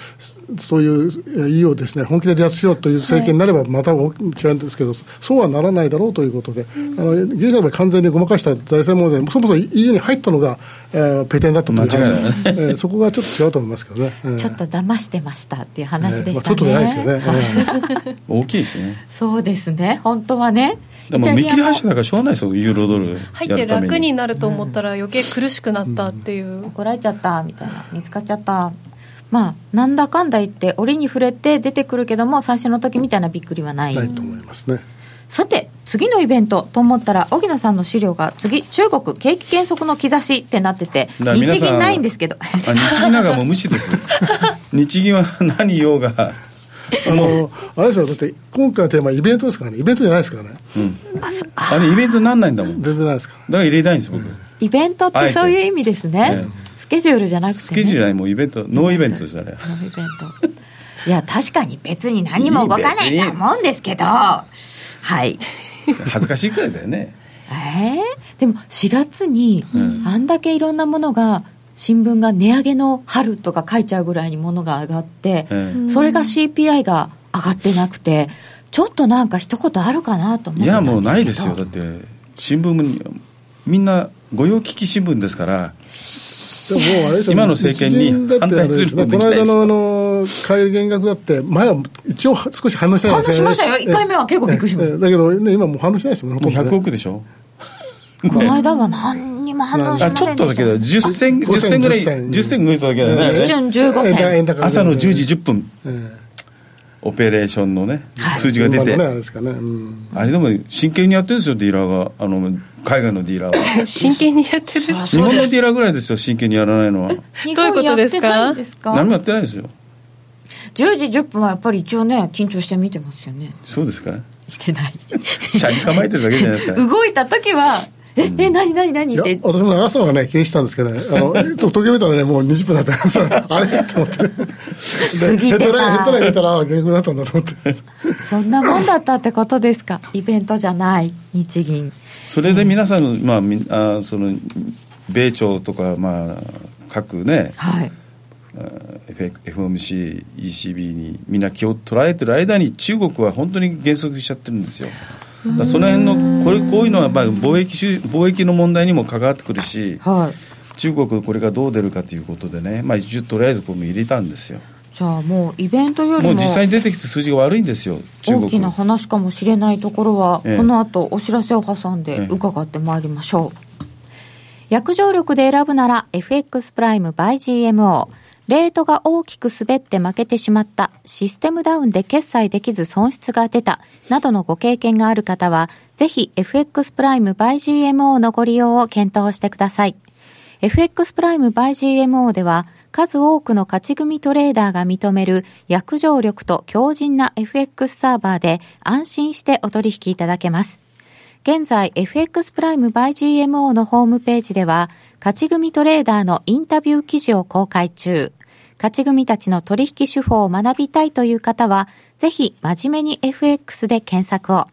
F: そういうえー EU をです、ね、本気で離脱しようという政権になれば、また大き違うんですけど、そうはならないだろうということで、あのギリシャの場合、完全にごまかした財政問題、そもそも EU に入ったのが、えーペテンだったという話
B: 間違いない
F: えーそこがちょっと違うと思いますけどね。えー
A: ちょっと騙してましたっていう話でしたね。
F: まあちょっとじゃないですけどね。えー
B: 大きいですね。
A: そうですね、本当はね。
B: でも見切り
A: も
B: 発車だからしょうがないですよ、ユーロドル
C: 入
B: や
C: って
B: るため
C: 楽に
B: に。
C: なると思ったら余計苦しくなったっていう、
A: 怒られちゃったみたいな見つかっちゃったまあなんだかんだ言って折に触れて出てくるけども最初の時みたいなびっくりはない、
F: ないと思いますね。
A: さて次のイベントと思ったら荻野さんの資料が次中国景気減速の兆しってなってて
B: だから皆
A: 日
B: さ
A: 銀ないんですけど
B: あ日銀なんかもう無視です。日銀は何言おうが。
F: あの、あれですよ、だって今回のテーマイベントですからね、イベントじゃないですからね。
B: あれイベントなんないんだもん。だか
F: 全然ないですから
B: 入れないんです、僕。
A: イベントってそういう意味ですね、
B: え
A: スケジュールじゃなくて、ね、
B: スケジュールない、もうイベント、ノーイベントです、あ
A: イ
B: れ。
A: ベント。いや、確かに別に何も動かないと思うんですけど、はい。
B: 恥ずかしいくらいだよね。
A: えー、でも4月に
B: うん
A: あんだけいろんなものが新聞が値上げの春とか書いちゃうぐらいにものが上がって、
B: うん
A: それが CPI が上がってなくてちょっとなんか一言あるかなと思っ
B: い
A: てた
B: や、
A: んですけど
B: もうないですよ。だって、新聞に、みんな、御用聞き新聞ですから、
F: でももうあれですよ
B: 今の政権に
F: 日銀だってあれですね
B: 反対するの
F: この
B: できないで
F: 間
B: す
F: のあの会議減額だって、前は一応少し反応してない
A: 反応しましたよ
F: ええ
A: 一回目は結構びっくりしました
F: ええだけど、ね、今もう反応してないですもんね、
B: もう
F: ほとんど
B: 100
F: ね
B: 億でしょ。
A: この間は何にも反応し
B: あ
A: ま
B: ち
A: せ
B: ょ
A: ん
B: っ
A: で
B: と
A: した
B: だけど、10銭、10銭ぐらい、
F: 10銭
B: 10銭ぐらいだけだね。
A: 一瞬15
F: 円高
A: 銭
F: 円高
B: 朝の10時10分、
F: え
B: オペレーションのね、
A: はい
B: 数字が出
F: 今
B: て、
F: のねあれですかね、うん
B: あれでも真剣にやってるんですよ、ディーラーが、あの海外のディーラー は。
C: 真剣にやってる
B: 日本のディーラーぐらいですよ、真剣にやらないのは。
A: 日
C: どういう
A: 本
C: こ
A: や
C: と
A: っ
C: です
A: て
C: か
A: ないんですか
B: 何もやってないですよ。
A: 10時10分はやっぱり一応ね緊張して見てますよね
B: そうです か
A: してない
B: 車に構えてるだけじゃないで すか。
A: 動いた時は「ええ何何何?」
F: い
A: っ
F: や
A: て
F: 私も長さはね、気にしたんで すけどね、あのちょっと時計見たらね、もう20分だったから、あれと思って、
A: 過ぎ
F: ヘッ
A: て
F: ドライン、ヘッドライ
A: た
F: ン見たら、あ減額だったんだと思って。
A: そんなもんだったってことですかイベントじゃない日銀
B: それで皆さん、まあ、みんあその、米朝とか、まあ、各ね、
A: はい
B: あ FA FOMC、ECB にみんな気を捉えてる間に中国は本当に減速しちゃってるんですよ。だからその辺のこれこういうのはまあ貿易収貿易の問題にも関わってくるし、
A: はい
B: 中国これがどう出るかということでね、まあ、一応とりあえずこれも入れたんですよ。
A: じゃあもうイベントより
B: もう
A: も
B: 実際に出てきて数字が悪いんですよ、中
A: 大
B: 国
A: きな話かもしれないところは、
B: ええ
A: この後お知らせを挟んで
B: ええ
A: 伺ってまいりましょう、約定力で選ぶなら FX プライム by GMO レートが大きく滑って負けてしまったシステムダウンで決済できず損失が出たなどのご経験がある方はぜひ FX プライム by GMO のご利用を検討してください FX プライム by GMO では数多くの勝ち組トレーダーが認める約定力と強靭な FX サーバーで安心してお取引いただけます。現在 FX プライム by GMO のホームページでは勝ち組トレーダーのインタビュー記事を公開中勝ち組たちの取引手法を学びたいという方はぜひ真面目に FX で検索を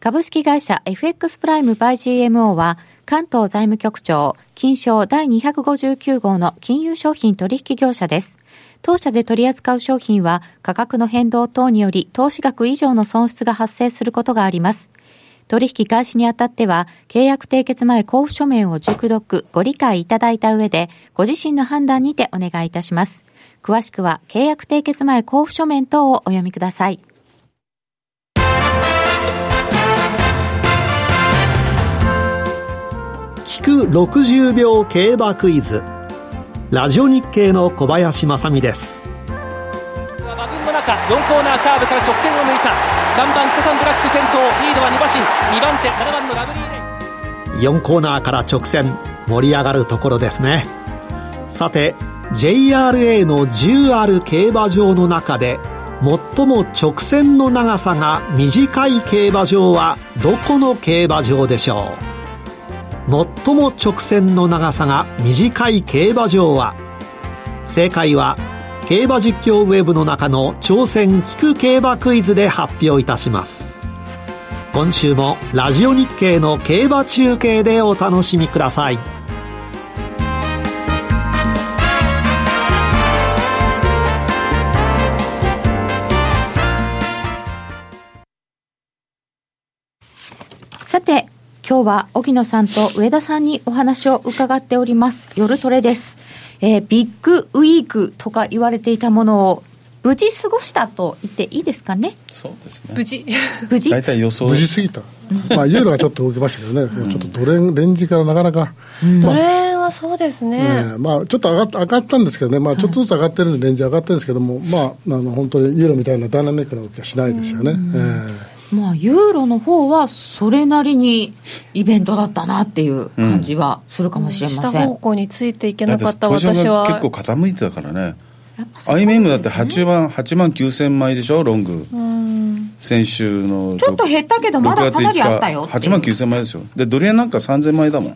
A: 株式会社 FX プライム by GMO は関東財務局長金賞第259号の金融商品取引業者です。当社で取り扱う商品は価格の変動等により投資額以上の損失が発生することがあります。取引開始にあたっては契約締結前交付書面を熟読ご理解いただいた上でご自身の判断にてお願いいたします。詳しくは契約締結前交付書面等をお読みください。
G: 聞く60秒競馬クイズラジオ日経の小林正美です
H: 馬群の中4コーナーカーブから直線を抜いた3番北山ブラック先頭リードは2馬身2番手7番のラブリーレイ
G: 4コーナーから直線盛り上がるところですねさて JRA の10ある競馬場の中で最も直線の長さが短い競馬場はどこの競馬場でしょう最も直線の長さが短い競馬場は正解は競馬実況ウェブの中の挑戦聞く競馬クイズで発表いたします今週もラジオ日経の競馬中継でお楽しみください
A: さて、今日は荻野さんと上田さんにお話を伺っております。夜トレです。えービッグウィークとか言われていたものを、無事過ごしたと言っていいですかね。
B: そうです
C: 無
B: ね。
C: 事
A: 無事。
B: 大体予想
F: 無事すぎた、まあ、ユーロはちょっと動きましたけどね、ちょっとドレンレンジからなかなか、
C: ドレーンはそうですね、
F: ええまあ、ちょっと上がっ上がったんですけどね、まあ、ちょっとずつ上がってるんで、レンジ上がってるんですけども、まあ、あの本当にユーロみたいなダイナミックな動きはしないですよね。え
A: まあ、ユーロの方は、それなりにイベントだったなっていう感じはするかもしれません。
C: 下方向についていけ
B: だ
C: な
B: って
C: かった
B: ポジショ
C: 私
B: ンが
C: は
B: 結構傾いてたからね。
A: やっぱそう
B: IMM だって8万8万9000枚でしょロング先週の
A: ちょっと減ったけどまだかなりあったよっていう
B: 8万9000枚ですよでドル円なんか3000枚だもん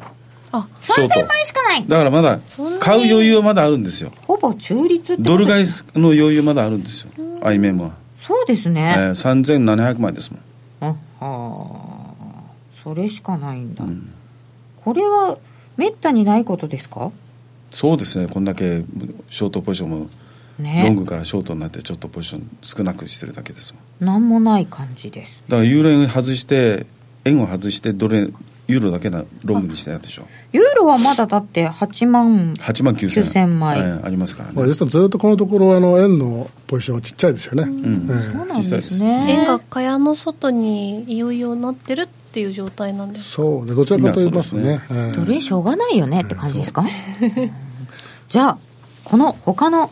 C: あ
B: ショート
A: 3000枚しかない。
B: だからまだ
C: んなに
B: 買う余裕はまだあるんですよ
A: ほぼ中立ってこと
B: ドル買いの余裕まだあるんですよ IMM は、
A: そうです
B: え
A: ね。
B: ー、3700枚ですもん
A: あはあそれしかないんだ、これはめったにないことですか
B: そうですねこんだけショートポジションもロン
A: ね
B: グからショートになってちょっとポジション少なくしてるだけですもん
A: なんもない感じです
B: だからユーロ円外して円を外してドル円ユーロだけなロングにしたやつでしょ
A: ユーロはまだだって8万
B: 8万9000
A: 9000枚
B: えーありますから
F: えまあ、
B: ね
F: 実はずっとこのところあの円のポジションはちっちゃいですよね、ええ
A: そうなん
B: 小さ
A: で
B: いですす
A: ね
C: 円が蚊帳の外にいよいよなってるっていう状態なんです
F: そうねどちらかと言いますとねええ
A: どれしょうがないよねって感じですか、うんじゃあこの他の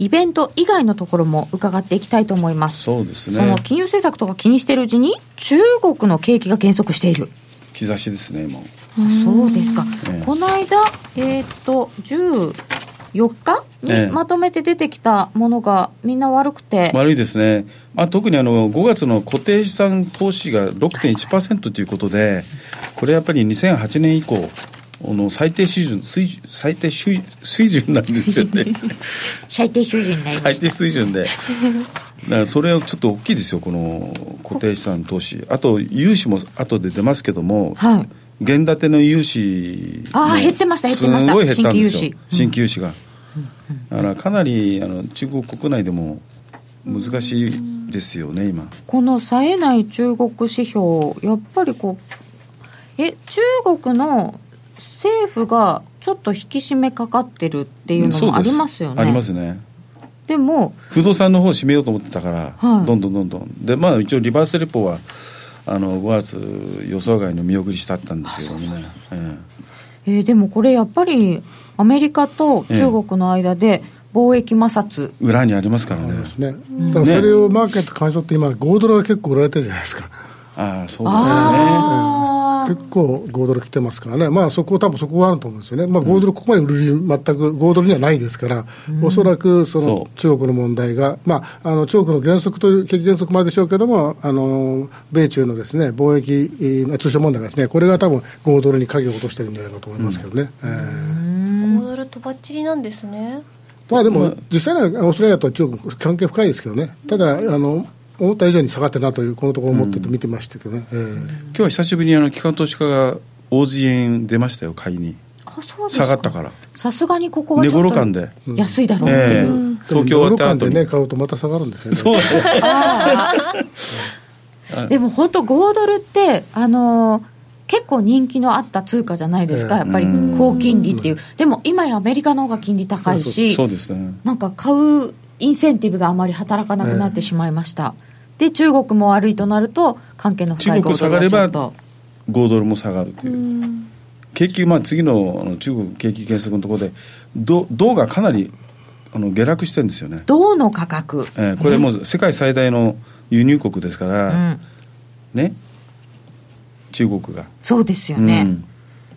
A: イベント以外のところも伺っていきたいと思います
B: そうです
A: そ
B: ね
A: の金融政策とか気にしてるうちに中国の景気が減速している
B: 兆しですねもう
A: そうですか、
B: ええ
A: この間、えーっと14日
B: え
A: に
B: え
A: まとめて出てきたものがみんな悪くて、
B: 悪いですね、まあ、特にあの5月の固定資産投資が6.1%ということで、これやっぱり2008年以降、あの最低水準水準最低水水準なんですよ ね、
A: 最低収支になりま
B: 最
A: した
B: 低水準で、だからそれはちょっと大きいですよ、この固定資産投資、あと融資も後で出ますけども、
A: はい
B: 現建ての融資
A: あー減ってました減ってました
B: すごい減ったんです
A: 新規融
B: よ
A: 資
B: 新規融資が、だからかなりあの中国国内でも難しいですよね今
A: この冴えない中国指標やっぱりこうえ中国の政府がちょっと引き締めかかってるっていうの
B: そう
A: も
B: で
A: ありますよね
B: ありますね
A: でも
B: 不動産の方を締めようと思ってたから、
A: はい
B: どんどんどんどんでまあ一応リバースレポはあの5月予想外の見送りしたったんですけどもねえ
A: えーでもこれやっぱりアメリカと中国の間で貿易摩擦、
B: え裏にありますからね
F: ですねだからそれをマーケット干渉って今5ドルは結構売られてるじゃないですか
B: ああそうですよね
A: あ
F: 結構5ドル来てますからね、まあ、そこ、多分そこがあると思うんですよね、まあ、5ドル、ここまで売る理由、全く5ドルにはないですから、おそらくそ
B: そ
F: の
B: う
F: 中国の問題が、まあ、あの中国の原則という、景気原則もあるでしょうけども、あの米中のです、ね、貿易、えー通商問題がです、ね、これが多分5ドルに影を落としてるんじゃないかと思いますけどね。えー
C: 5ドルとばっちりなんですね
F: まあでも、実際にはオーストラリアと中国、関係深いですけどね、ただ、あの思った以上に下がってるなという、このところ思ってて見てましたけどね、えー
B: 今日は久しぶりにあの機関投資家が大地円出ましたよ買いに
A: あそうです
B: 下がったから
A: さすがにここはちょっと
B: 寝頃感で
A: 安いだろうってい
B: ええ
A: う、
B: 東京終わ
F: ド
B: っ
F: ル
B: た
F: 間
B: 後
F: で
B: に、
F: ね、買うとまた下がるんですよね。
B: そう
A: でも本当5ドルってあのー結構人気のあった通貨じゃないですか、
F: ええ
A: やっぱり高金利っていう、でも今やアメリカの方が金利高いし、
B: そうですね
A: なんか買うインセンティブがあまり働かなくなってしまいました、で中国も悪いとなると、関係の深い
B: 中国
A: 5ド
B: 下
A: ル
B: が
A: が
B: れ
A: ちょっ
B: ば
A: と
B: 5ドルも下がるという景気まあ次のあの中国景気減速のところで銅銅がかなりあの下落してるんですよね、
A: 銅の価格、
B: えーこれもう世界最大の輸入国ですから、
A: うん、
B: ね中国が、
A: そうですよね、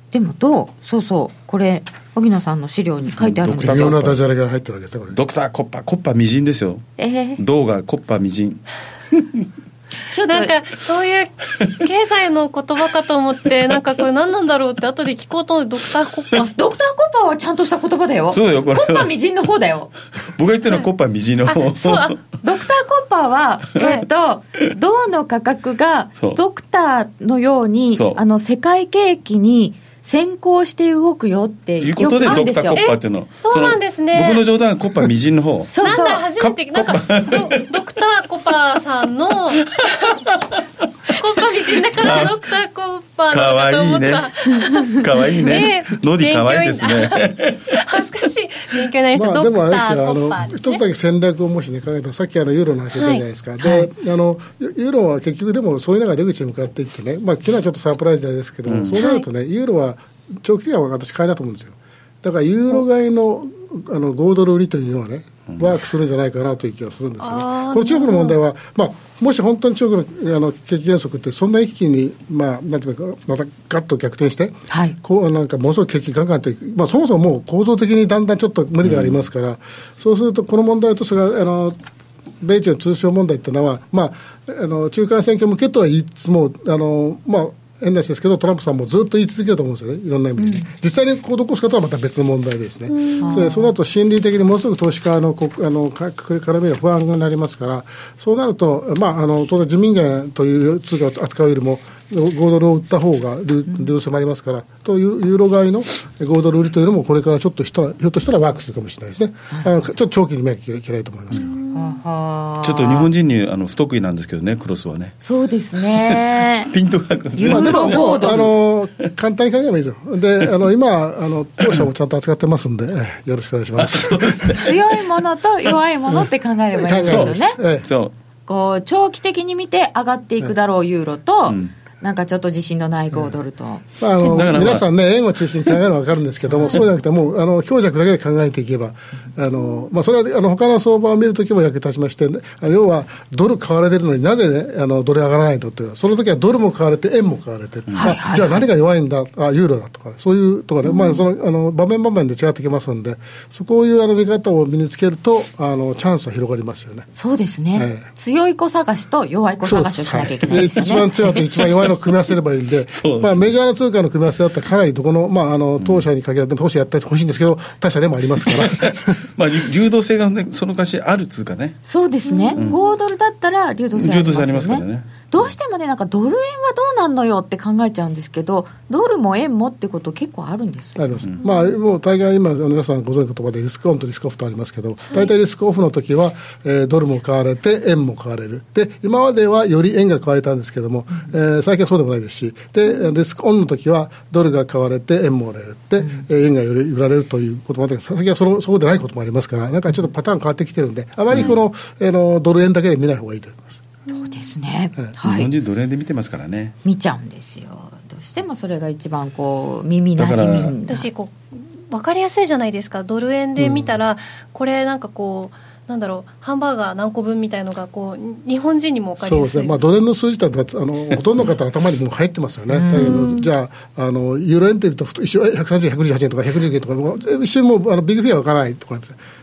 A: でも銅、そうそう、これ、荻野さんの資料に書いてあるんです
F: 微
A: け
F: 妙
A: ど、
F: なダジャレが入ってるわけです
B: う
F: ね、こ
B: ん、
F: れ。
B: ドクターコッパコッパみじんですよ
A: ええ
B: 銅がコッパみじん
A: ちょっと
C: なんかそういう経済の言葉かと 思ってなんかこれ何なんだろうって後で聞こうと思ってドクターコッパ
A: ドクターコッパーはちゃんとした言葉だよ。
B: そうだよこれは
A: コッパーみじんの方だ よ。
B: 僕が言ってるのはコッパみじんの
C: あそうあ
A: ドクターコッパーは、えっ と、銅の価格が
B: そう、
A: ドクターのように
B: そう、
A: あの、世界景気に先行して動くよって、
B: いう
A: よ
B: こと
A: く
B: で
A: ある
B: ド
A: んで
B: クタ
A: す
B: ーコ
A: よ。
B: ッパーっていうの
C: そうなんですね
B: その僕の冗談はコッパみじんの方
A: そう
C: なん
A: そう。
C: だ初めてなんかドドクターコパーさんのコッパ美人だからドクターコッパー
B: か
C: なの
B: わ
C: かと
B: いい
C: 思った
B: ねかわいいね
C: ね
B: ノディかわいいですね
C: 恥ずかしい勉強になりました、
F: まあ、で
C: ドク
F: もあれ
C: タ
F: です
C: ー
F: よ、あ
C: コッパ
F: の
C: ーです
F: 一つ
C: ね
F: だけ戦略をもしね、考えたら、さっきあのユーロの話が出たじゃないですか、であのユユーロは結局、でもそういう中で出口に向かっていってね、まあ昨日はちょっとサプライズですけども、そうなるとね、ユーロは長期的には私、買いだと思うんですよ。だからユーロ買いのあの5ドル売りというのはね、ワークするんじゃないかなという気がするんですよね。この中国の問題は、まあ、もし本当に中国のあの景気減速って、そんな一気に、まあ、なんていうか、またガッと逆転して、
A: はい
F: こうなんかものすごく景気がんがんといく、まあ、そもそももう構造的にだんだんちょっと無理がありますから、そうすると、この問題とそれがあの米中の通商問題というのは、まあ、あの中間選挙向けとは言いつつも、あのまあ、変な話ですけど、トランプさんもずっと言い続けると思うんですよね、いろんな意味で、実際に行動を起こす方はまた別の問題ですね、それそうなると心理的にものすごく投資家のこあのか絡みが不安になりますから、そうなると、まあ、あの当然、人民元という通貨を扱うよりも、5ドルを売った方が流流性もありますから、というユーロ買いの5ドル売りというのも、これからちょっとひとひょっとしたらワークするかもしれないですね、あのちょっと長期に見なきゃいけないと思いますけど、
A: はは
B: ちょっと日本人にあの不得意なんですけどねクロスはね
A: そうですね
B: 。ピントが
A: ユー
F: まあ、で
A: ロ
F: も
A: 5ドル
F: あの簡単に考えればいいですよ、であの今あの、当社もちゃんと扱ってますんで、ええよろしくお願いします。
A: 強いものと弱いものって考えればいいんですよね。
F: ええ
B: そう
A: こう、長期的に見て上がっていくだろうユーロと
B: ん、
A: なんかちょっと自信のない5ドルと。
F: まあ、あの
B: だからまあ
F: 皆さんね、円を中心に考えるのは分かるんですけども、そうじゃなくて、もうあの強弱だけで考えていけば、あのまあ、それはあの他の相場を見るときも役立ちまして、あの要はドル買われてるのになぜ、ね、あのドル上がらないのっていうのは、その時はドルも買われて、円も買われてる、
A: はい
F: あじゃあ何が弱いんだ、あユーロだとかね、そういうとかね、まあ、そのあの場面場面で違ってきますんで、そこういうあの見方を身につけると、あのチャンスは広がりますよね。
A: そうですね、
F: ええ
A: 強い子探しと弱い子探しをしなきゃいけないですよね。
F: 一番強いと一番弱いのを組み合わせればいいんで、
B: そうです
F: まあ、メジャーの通貨の組み合わせだったら、かなりどこの、まあ、あの当社に限らず、当社やってほしいんですけど、他社でもありますから、
B: まあ流流動性が、ね、そのかしあるっつうかね
A: そうですね、5ドルだったら流動性ありますよね
B: 流動性ありますからね
A: どうしてもねなんかドル円はどうなんのよって考えちゃうんですけどドルも円もってこと結構あるんですよ
F: あります、まあ、もう大概今、あの皆さんご存知の言葉で、リスクオンとリスクオフとありますけど、大体リスクオフの時は、えードルも買われて、円も買われる、で今まではより円が買われたんですけども、えー最近はそうでもないですし、でリスクオンの時は、ドルが買われて、円も売られる、で、えー円がより売られるということもあって、最近はそのそうでないこともありますから、なんかちょっとパターン変わってきてるんで、あまりこの,、あのドル円だけで見ない方がいいと思います。
A: そうですね、は
B: 日本
A: い
B: 人奴隷で見てますからね
A: 見ちゃうんですよどうしてもそれが一番こう耳なじみに
C: 私こう分かりやすいじゃないですかドル円で見たら、これなんかこうなんだろうハンバーガー何個分みたいのがこう日本人にも分かり
F: そう
C: や
F: ですす
C: い
F: ね、まあ、奴隷の数字だとあのほとんどの方、頭にもう入ってますよね、だけど、じゃあ、あのユーロエンテルとふと一緒、130、128円とか、120円とか、もう一瞬もうあのビッグフィアは分からないとか、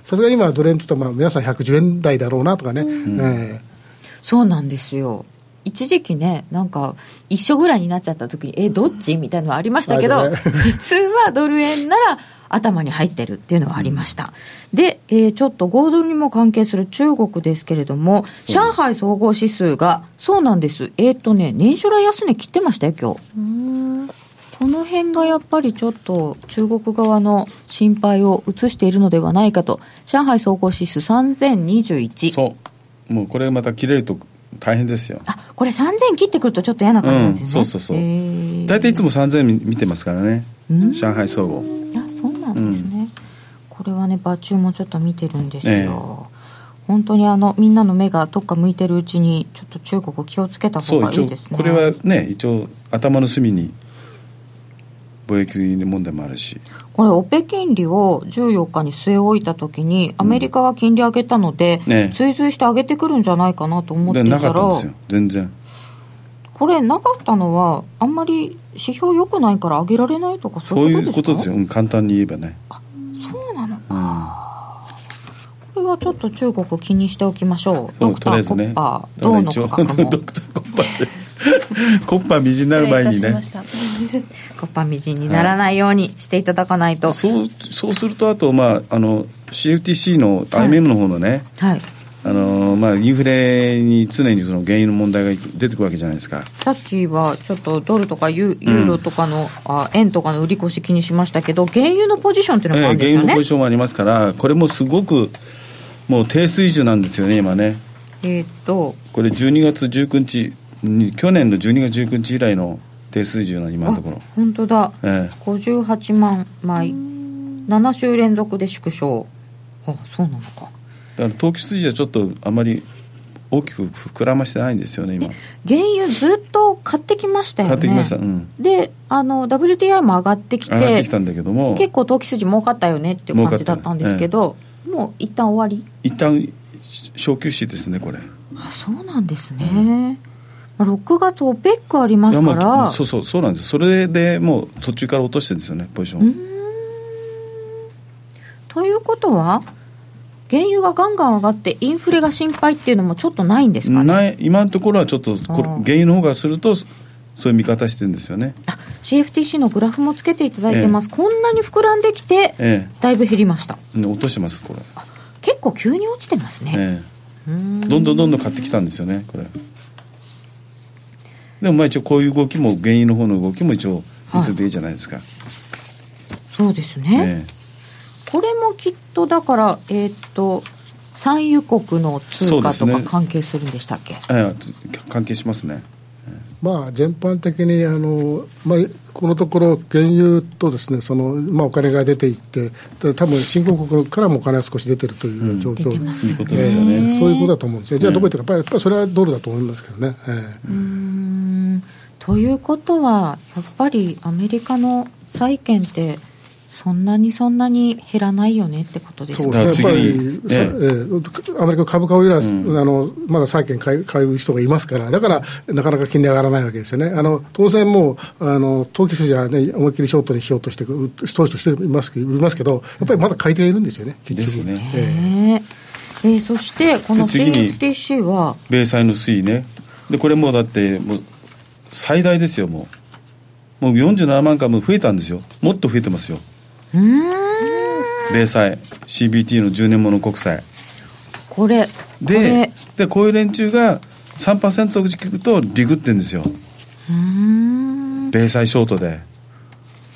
F: さすがに今、奴隷って言ったら、まあ、皆さん110円台だろうなとかね、ええ
A: そうなんですよ一時期ねなんか一緒ぐらいになっちゃった時にえどっちみたいなのはありましたけ
F: あ
A: ど、
F: るね
A: 普通はドル円なら頭に入ってるっていうのはありました、で、えーちょっと豪ドルにも関係する中国ですけれども上海総合指数がそうなんですえっ、とね年初来安値切ってましたよ今日この辺がやっぱりちょっと中国側の心配を移しているのではないかと上海総合指数3021
B: そうもうこれまた切れると大変ですよ
A: あこれ3000切ってくるとちょっと嫌な感じなんですね、
B: うんそうそうそう
A: へー
B: 大体いつも3000見てますからね上海総合
A: あそうなんですね、これはねバチューもちょっと見てるんですよ、
B: ええ
A: 本当にあのみんなの目がどっか向いてるうちにちょっと中国気をつけた方
B: そう
A: がい
B: 一
A: い
B: 応
A: ですね
B: これはね一応頭の隅に貿易問題もあるし
A: これオペ金利を14日に据え置いた時にアメリカが金利上げたので、
B: ねえ
A: 追随して上げてくるんじゃないかなと思って
B: で
A: いた
B: な
A: ら
B: かったんですよ全然
A: これなかったのはあんまり指標良くないから上げられないとかそ
B: そう
A: うい
B: いうう
A: こ
B: ことと
A: で
B: ですす
A: か
B: よ、うん簡単に言えばね
A: そうなのか、これはちょっと中国気にしておきましょう
B: そ
A: ド
B: う
A: クタ
B: とりあえ
A: ー・コ
B: ず
A: ッ
B: ね
A: パー
B: だ
A: ど
B: か
A: う
B: ら
A: の
B: 一応
A: か
B: ドク
A: かもコ
B: ターコッパーでコッパーみじんになる前に
C: 失礼い
B: ね
C: たしました
A: ッパーみじんにならないようにしていただかないとはい、
B: そうそうするとあと、まあ、あの CFTC の IMM の方のね、あのまあ、インフレに常にその原油の問題が出てくるわけじゃないですか、
A: さっきはちょっとドルとかユユーロとかの、あ円とかの売り越し気にしましたけど原油のポジションっていうの
B: ええ
A: もあるんで
B: 原
A: すよ
B: 油
A: ね、
B: のポジションもありますから、これもすごくもう低水準なんですよね、今ね、
A: えーっと
B: これ、12月19日に、去年の12月19日以来の低水準な今のところ、
A: 本当だ、
B: え
A: 58万枚7週連続で縮小あそうなのか
B: だから投機筋はちょっとあまり大きく膨らましてないんですよね、今、
A: 原油ずっと買ってきましたよね
B: 買ってきました、うん、
A: であの WTI も上がってきて
B: 上がってきたんだけども、
A: 結構投機筋儲かったよねっていう感じだったんですけど、もう一旦終わり
B: 一旦小休止ですね、これ。
A: あそうなんですね、まあ6月 OPEC ありま
B: いや
A: すか
B: まあ
A: ら
B: そうそうそうなんですそれでもう途中から落としてるんですよねポジション
A: ということは原油がガンガン上がってインフレが心配っていうのもちょっとないんですかね
B: ない今のところはちょっとこれ
A: あー
B: 原油の方がするとそういう見方してるんですよね
A: あ CFTC のグラフもつけていただいてます、こんなに膨らんできて、
B: え
A: だいぶ減りました
B: えね落としてますこれ、
A: 結構急に落ちてますね、
B: ええ、どんどんどんどん買ってきたんですよねこれでもまあ一応こういう動きも原油の方の動きも一応見てていいじゃないですか、
A: そうですね、
B: え
A: これもきっとだからえーっと産油国の通貨と
B: そうです
A: か
B: ね
A: 関係するんでしたっけ、
B: えええつ関係しますね
F: まあ、全般的にあの、まあ、このところ、原油とです、ねそのまあ、お金が出ていって、で多分新興国からもお金が少し出てるという状
A: 出
F: 況、
A: てます
B: いいことですよね、
F: ええそういうことだと思うんですよ、じゃあ、どこ行ったか、やっぱりやっぱりそれはドルだと思いますけどね。ええ
A: うんということはやっぱりアメリカの債券ってそんなにそんなに減らないよねってことです
F: そう
A: か
B: だから
F: ですね、やっぱ
B: 次
F: り
B: に、
F: さ
B: ええ
F: ええアメリカの株価をよりは、あのまだ債券買い買う人がいますから、だからなかなか金利上がらないわけですよね、あの当然もう、あの投機筋は、ね、思いっきりショートにしようとして、う投資としていますけど売りますけど、やっぱりまだ買い手がいるんですよね、結局
B: ですね
F: ええ
A: ねえーそしてこの
B: で次に
A: CFTC は
B: 米債の推移ねでこれもうだってもう最大ですよもうもう47万株増えたんですよもっと増えてますよ米債 CBT の10年もの国債
A: これこ
B: で
A: れ
B: でこういう連中が3%聞くとリグってんですよ米債ショートで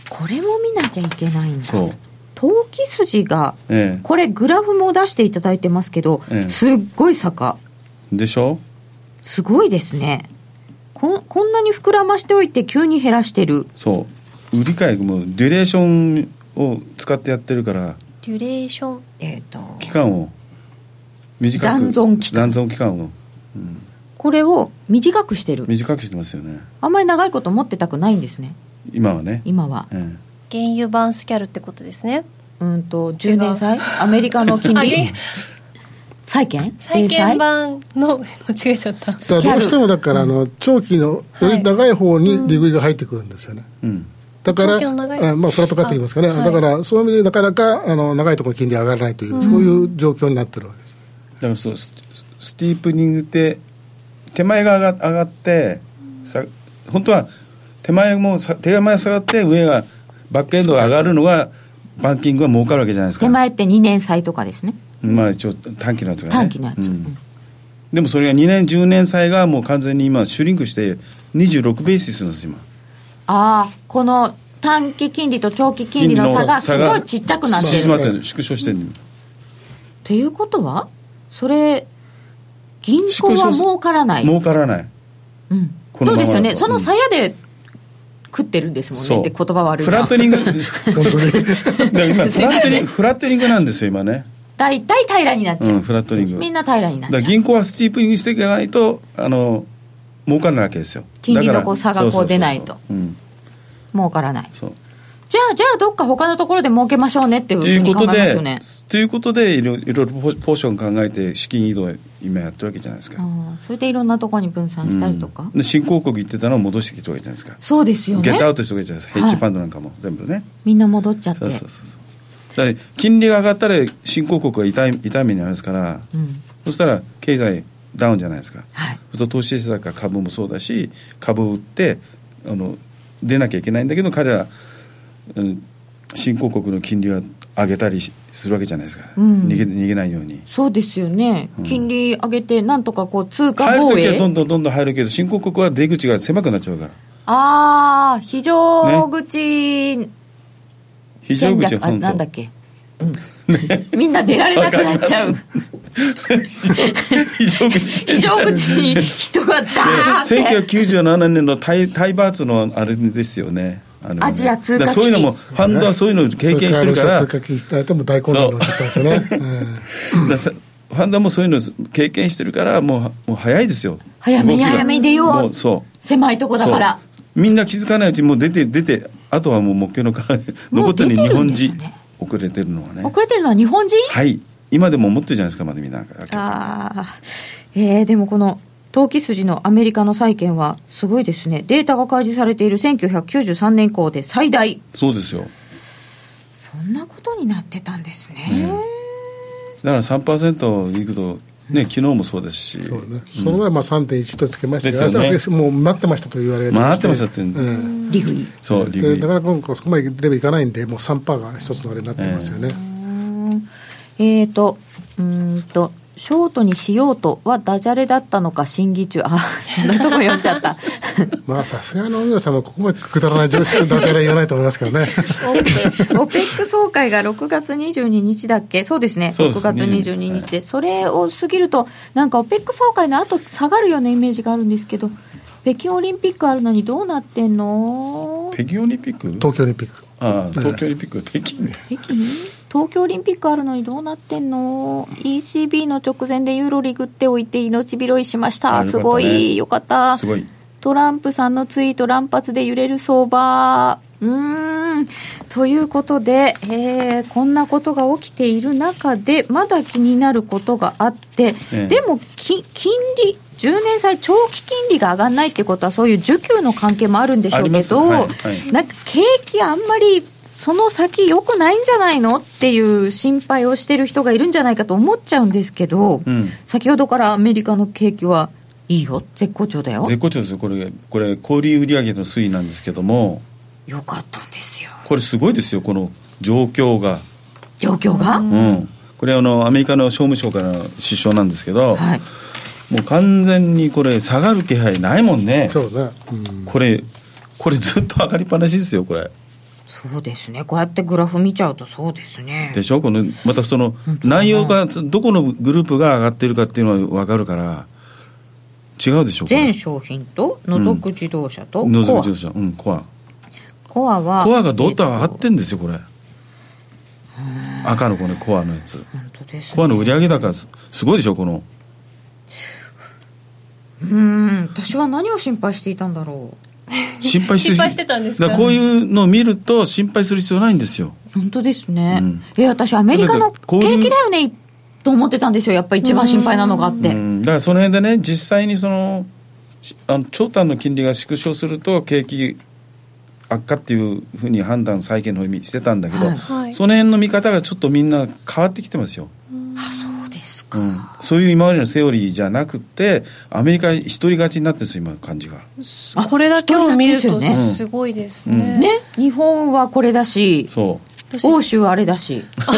A: これも見なきゃいけないんだ
B: そう
A: 投機筋が、
B: ええ
A: これグラフも出していただいてますけど、
B: ええ
A: すっごい坂
B: でしょ
A: すごいですねこんこんなに膨らましておいて急に減らしてる
B: そう売り買いもうデュレーションを使ってやってるから
C: デュレーション
A: えっ、と
B: 期間を短く
A: 残存期間
B: 残存期間を
A: これを短くしてる
B: 短くしてますよね
A: あんまり長いこと持ってたくないんですね
B: 今はね
A: 今は
B: ええ
C: 原油バンスキャルってことですね
A: うんと10年債アメリカの金
C: あ
A: 利
C: げ
A: 債券
C: 債
A: 零
C: 券版の 間違えちゃった
F: だからどうしてもだからあの長期のより長い方に利食いが入ってくるんですよね、
B: うん
F: だから、
C: 長期の長い
F: あまあ、フラット化って言いますかね、
C: あはい
F: だから、そういう意味でなかなかあの長いところ金利上がらないという、そういう状況になってるわけです。
B: だからそうススティープニングって手前が上が上がってさ本当は手前もさ手前が下がって上がバックエンドが上がるのがバンキングが儲かるわけじゃないですか
A: 手前って2年債とかですね
B: まあ一応短期のやつがね
A: 短期のやつ、う
B: う
A: んん
B: でもそれが2年10年債がもう完全に今シュリンクして26ベーシスなんです今
A: ああこの短期金利と長期金利の差がすごいちっちゃくなって
B: 縮ま
A: る
B: ってる縮小してる
A: っていうことはそれ銀行は儲からない、
B: 儲からない
A: うん、
B: この
A: そう
B: ま
A: で
B: まだと
A: すよねその
B: うん
A: 鞘で食ってるんですもんね
B: そ
A: っ
B: う
A: て言葉悪い
B: フラ
A: な
B: ットニ ング
F: 本当に
B: でも今フラットニングフラットニングなんですよ今ね
A: 大体平らになっちゃ
B: う
A: う、
B: んフラットニング
A: みんな平らにな
B: だ
A: っ
B: から
A: ちゃう
B: 銀行はスティープにしていかないとあの儲からないわけですよ
A: 金利の
B: だから
A: こう差がこう
B: そそそそ
A: 出ないと
B: うん
A: 儲からない
B: そう
A: じゃあじゃあどっか他のところで儲けましょうねっていう
B: と
A: ふ
B: いうう
A: に
B: こ
A: 考え
B: と
A: ます
B: で
A: よね
B: ということでいろいろいろポポーション考えて資金移動を今やってるわけじゃないですか、
A: ああそれでいろんなところに分散したりとか、
B: うんで新興国行ってたのを戻してきたわけじゃないですか
A: そうですよ
B: ゲ
A: ね
B: ットアウトしてわけじゃないですか、
A: はい
B: ヘッジファンドなんかも全部ね
A: みんな戻っちゃって
B: そうそうそうそうだから金利が上がったら新興国が痛い痛い目にありますから、
A: うん
B: そしたら経済ダウンじゃないですか、
A: はい
B: そうすると投資してたから株もそうだし株を売ってあの出なきゃいけないんだけど彼ら、うん、新興国の金利は上げたりしするわけじゃないですか、
A: うん
B: 逃げ逃げないように
A: そうですよね、
B: ん
A: 金利上げてなんとかこう通貨
B: 入る
A: 防
B: ときはど
A: 衛
B: んどんどんどん入るけど新興国は出口が狭くなっちゃうから
A: ああ非常口、
B: 非
A: 戦
B: 常口は
A: 略あ
B: 本当
A: なんだっけ、うん、みんな出られなくなっちゃ う
B: 非常口
A: 非常口に人が ダーって、
B: 1997年のタイタイバーツのあれですよねあのね
A: アジア通貨
B: だ
A: 危機
B: からそういうのもファンドはそういうのを経験してるから
F: それからロシア通貨危機伝えても大混乱の時代ですよね。うん
B: ださファンドもそういうの経験してるからもうもう早いですよ
A: 早めに
B: 動きが
A: 早めに出よう
B: もうそう
A: 狭いとこだから
B: そうみんな気づかないうちにもう出て出てあとはもう目標の顔残ったのに
A: もう出て
B: 日
A: るん
B: 本
A: ですよ
B: 人、
A: ね
B: 遅れてるのはね
A: 遅れてるのは日本人
B: はい今でも思ってるじゃないですかまだみんな
A: ああえー、でもこの投機筋のアメリカの債券はすごいですねデータが開示されている1993年以降で最大
B: そうですよ
A: そんなことになってたんですね、
B: だから3%いくとね昨日もそうですし
F: そうねその前はまあ3.1とつけましたけど、
B: ですよね
F: あれはもう待ってましたと言われ
B: 回ってましたって
F: うん
A: 利食い
B: そう
F: で
B: リグイ
F: なかなか今回そこまでレベルいかないんで、もう3%が一つのあれになってますよね。
A: えーと、うーんと、ショートにしようとはダジャレだったのか審議中。あ、そんなとこ読んじゃった。
F: まあさすがの荻野さんはここまでくだらない常識のダジャレは言わないと思いますけどね。
A: オペック総会が6月22日だっけそうですね。
B: そうです
A: 6月22日で、それを過ぎると、なんかオペック総会の後下がるようなイメージがあるんですけど、北京オリンピックあるのにどうなってんの
B: 北京オリンピック
F: 東京オリンピック。
B: ああ東京オリンピック北京ね
A: 北京東京オリンピックあるのにどうなってんの ECB の直前でユーロリグっておいて命拾いしました
B: あよかった
A: す
B: ね
A: ごいよかった
B: すごい
A: トランプさんのツイート乱発で揺れる相場うーんということで、えーこんなことが起きている中でまだ気になることがあって、
B: ええ
A: でもき金利10年債長期金利が上がらないってことはそういう需給の関係もあるんでしょうけ
B: あります
A: ど、
B: はいはい
A: なんか景気あんまりその先良くないんじゃないのっていう心配をしてる人がいるんじゃないかと思っちゃうんですけど、
B: うん
A: 先ほどからアメリカの景気はいいよ絶好調だよ
B: 絶好調ですよこれこれ小売売上の推移なんですけども
A: よかったんですよ
B: これすごいですよこの状況が、
A: 状況が、
B: うんこれあのアメリカの商務省からの指標なんですけど、
A: はい
B: もう完全にこれ下がる気配ないもんね
F: そうね。うん
B: これこれずっと上がりっぱなしですよこれ
A: そうですねこうやってグラフ見ちゃうとそうですね
B: でしょこのまたその内容がつどこのグループが上がってるかっていうのは分かるから違うでしょこれ
A: 全商品と除く自動車と
B: 野
A: コ
B: 崎
A: ア、
B: 自動車うんコア
A: コアは
B: コアがどうと上が
A: え
B: ってんですよこれ赤のこのコアのやつ
A: 本当ですね
B: コアの売上高すすごいでしょこの
A: うーん私は何を心配していたんだろう
B: 心配し
C: 心配してたんですか
B: だらこういうのを見ると心配する必要ないんですよ
A: 本当ですね、
B: うん
A: え私アメリカの
B: だからこういう
A: 景気だよねと思ってたんですよ、やっぱり一番心配なのがあって。
B: うん、だからその辺でね、実際にそのしあの長短の金利が縮小すると、景気悪化っていうふうに判断、債券の意味してたんだけど、
A: はい
C: はい
B: その辺の見方がちょっとみんな変わってきてますよ。
A: あそうですか、
B: うん、そういう今までのセオリーじゃなくて、アメリカ一人勝ちになってるんですよ、今の感じが。
A: あ
C: これだけを見る
A: 人
C: と
A: になって
C: すごいですね。
A: ね、日本はこれだし、
B: そ。
A: 欧州はあれだし、
F: こ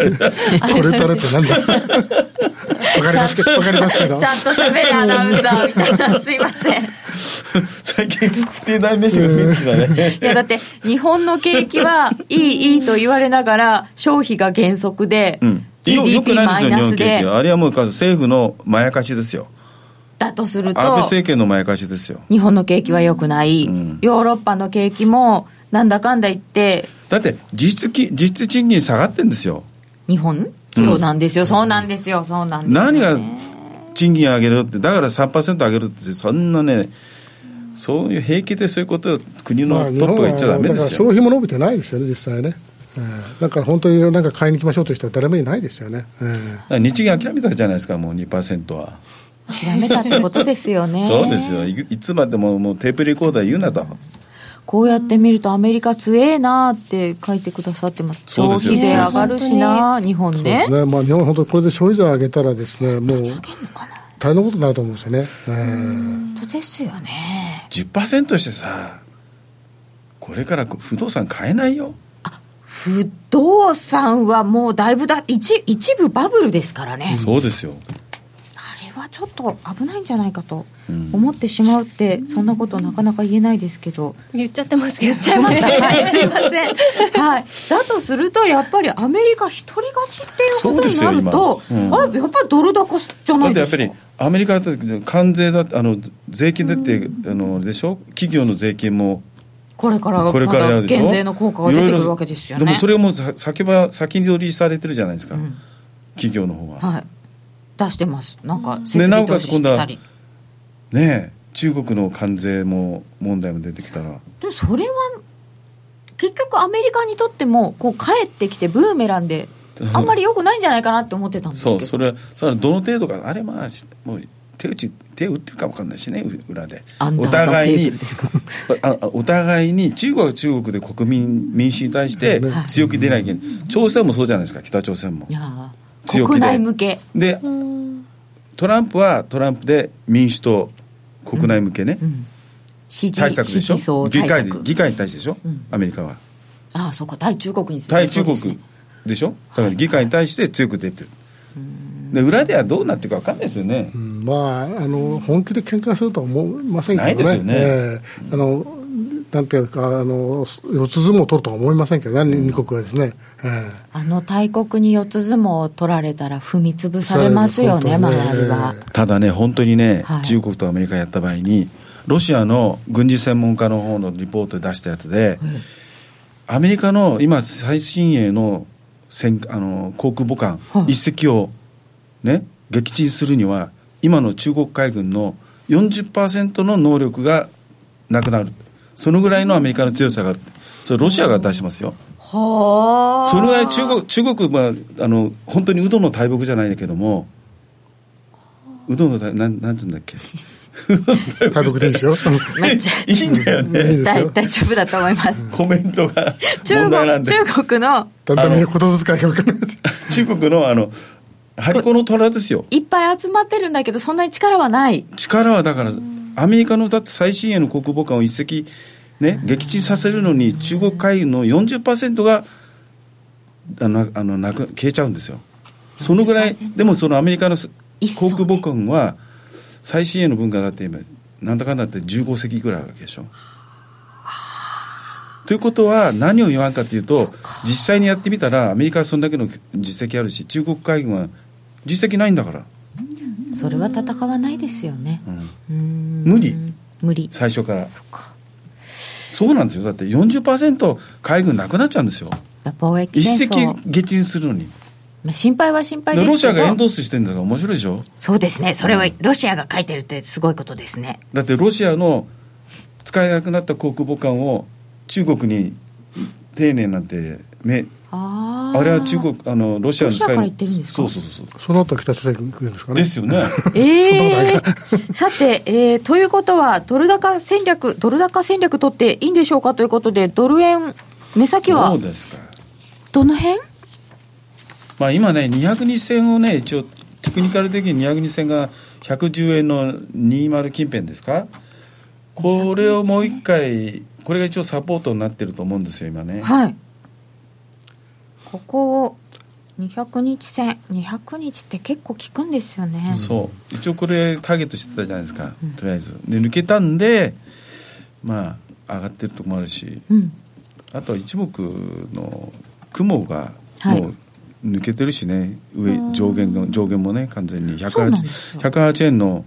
F: れたらってなんだわかりますけど、わかりますけど
A: ち。ゃんと喋るアナウンサーみたいな、すいません。いう
B: 最近、不定代名詞が増えてきたね。
A: や、だって、日本の景気 はいい、いいと言われながら、消費が減速で、
B: うん。よよく
A: GDP
B: な
A: マ
B: いん
A: イ
B: です
A: ナ
B: よ、
A: ス
B: 日本景
A: で
B: 気、は。あれはもう政府のまやかしですよ。
A: だとする
B: 安倍
A: と、
B: 政権のまやかしですよ。
A: 日本の景気は良くない、
B: ん
A: ヨーロッパの景気も、なんだかんだ言って、
B: だって実質き、実質賃金下がってんですよ。
A: 日本、そうなんですよ、そうなんですよ、そうなんですよ、
B: 何が
A: ね
B: 賃金上げるって、だから3%上げるって、そんなね、そういう平気でそういうことを国の
F: ま
B: ト
F: あ、
B: ッ
F: 日本
B: プが
F: は
B: 言っちゃダメで
F: だから
B: す
F: 消
B: よ。
F: 費も伸びてないですよね、実際ね。うんだから本当になんか買いに来ましょうという人は誰もいないですよね。うん
B: 日銀諦めたじゃないですか、もう2%は。
A: 諦めたってことですよね。
B: そうですよ、いいつまでももうテープレコーダー言うなと、
A: こうやって見るとアメリカ強えなって書いてくださってます。
B: そう
A: 消
B: ですよ
A: 費税上がるしな、日本ね。
F: ねまあ、日本は本当にこれで消費税上げたらですね、もう大変なことになると思うんですよね。うん
A: 本当ですよね。
B: 10%してさ、これから不動産買えないよ、
A: 不動産はもうだいぶだ、一一部バブルですからね。
B: そうですよ、
A: あれはちょっと危ないんじゃないかと思ってしまうって、そんなことなかなか言えないですけど。
C: 言っちゃってますけど。言っ
A: ちゃいま した。はい、すいません。はい。だとすると、やっぱりアメリカ一人勝ちっていうことになる
B: そう
A: と
B: ですよ、今
A: あれ、やっぱりドル高じゃ
B: だ
A: な
B: っ
A: い
B: て
A: で
B: や
A: す
B: っ
A: か。
B: ぱりアメリカだって関税だってあの税金だって、あのでしょ、企業の税金も
A: これから
B: これからやるでしょ、
A: 減税の効果が出てくるわけですよね。
B: いろいろでもそれをもうさ先ば先取りされてるじゃないですか、企業の方は。
A: はい、出してます、なんか設
B: でな
A: 備
B: お
A: 投
B: か
A: 資
B: つ
A: して
B: 今度
A: た
B: は
A: り、
B: ねえ中国の関税も問題も出てきたら、
A: でもそれは結局、アメリカにとってもこう帰ってきて、ブーメランで
B: う、ん
A: あんまり良くないんじゃないかなって思ってたんですけ
B: そ
A: ど、
B: う、それは、それはどの程度か、あれ、まあ、しもう手打ち、手打ってるか分かんないしね、う裏で
A: ア。ンダ
B: お
A: ーザ
B: 互い
A: テーブ
B: に
A: ルですか、
B: ああお互いに、中国は中国で国民、民主に対して
A: はい
B: 強気でないけど、朝鮮もそうじゃないですか、北朝鮮も
A: い。やー
B: 強気で
A: 国内向け、
B: で、トランプはトランプで民主党、国内向けね、
A: 支持
B: 対策で
A: 支
B: しょ
A: 持層
B: 議
A: 対
B: 会で
A: 策、
B: 議会に対してでしょ、
A: ん
B: アメリカは。
A: ああ、そうか、対中国について
B: 対中国
A: そうですね
B: でしょ、だから議会に対して強く出てる。で裏ではどうなっていくか分かんないですよね。
F: うんまあ、あの本気で喧嘩するとは思いませんけど
B: な
F: ね、
B: いですよね
F: ええあのなんていうかあの、四つ相撲を取るとは思いませんけどね、二国はですね、ええ
A: あの大国に四つ相撲を取られたら、踏み潰されますよね、
F: そう
A: 周
F: ですね
A: りは。
B: ただね、本当にね、
A: はい
B: 中国とアメリカやった場合に、ロシアの軍事専門家の方のリポートで出したやつで、アメリカの今、最新鋭の戦あの航空母艦、
A: はい
B: 一隻を、ね、撃沈するには、今の中国海軍の40%の能力がなくなる、そのぐらいのアメリカの強さがあるって、それ、ロシアが出してますよ。
A: はあ
B: そのぐらい中国、中国はあの本当にウドの大木じゃないんだけども、ウドの大なんなんつうんだっけ、
F: 大陸でいいですよ、
A: めっちゃ
B: いいんだよね、
F: いいです
A: 大
F: よ、
A: 大丈夫だと思います。
B: コメントが
A: 中
B: 問題なん
A: 国
B: で、
A: 中国の
F: だんだんみんな言葉遣いが分からない。
B: 中国のあのハリコの虎ですよ、
A: いっぱい集まってるんだけど、そんなに力はない。
B: 力はだから、アメリカのだって最新鋭の国防官を一隻、ね、撃沈させるのに、中国海軍の40%があのあのなく消えちゃうんですよ、そのぐらい、でもそのアメリカのす
A: 一層
B: 航
A: ね
B: 空母艦は、最新鋭の文化だって今、なんだかんだって15隻ぐらいあるわけでしょ。ということは何を言わんかというと実際にやってみたらアメリカはそんだけの実績あるし中国海軍は実績ないんだから、
A: それは戦わないですよね。
B: うん、無理
A: 無理。
B: 最初から
A: か
B: そうなんですよだって40%海軍なくなっちゃうんですよ
A: やっぱ貿易
B: 一
A: 戦
B: 石
A: 争。
B: 撃沈するのに
A: まあ、心配は心配で
B: です
A: けど。
B: ロシアがエンドースしてるんだから面白いでしょ
A: そうですね。それはロシアが書いてるってすごいことですね。
B: だってロシアの使えなくなった航空母艦を中国に丁寧なんてめ
A: ああ。
B: あれは中国、あの、ロシアの
A: ロシ
B: 使い
A: アから行ってるんですか
B: そうそうそうそ
F: その後は北朝鮮に行くんですか
B: う。
F: ね。
B: ですよね。
A: ええさて、えーということは、ドル高戦略、ドル高戦略取っていいんでしょうかということで、ドル円、目先は
B: そうですか。
A: どの辺
B: まあ今ね、200日線をね、一応、テクニカル的に200日線が110円の20近辺ですか。これをもう一回、これが一応サポートになってると思うんですよ、今ね。
A: はい。ここを200日線、200日って結構効くんですよね。
B: そう一応これターゲットしてたじゃないですか、とりあえずで抜けたんでまあ上がってるとこもあるし
A: うん。
B: あとは一目の雲が
A: はい
B: もう抜けてるしね、上上限の上限もね完全に
A: そうなんで
B: 108,
A: すよ
B: 108円の、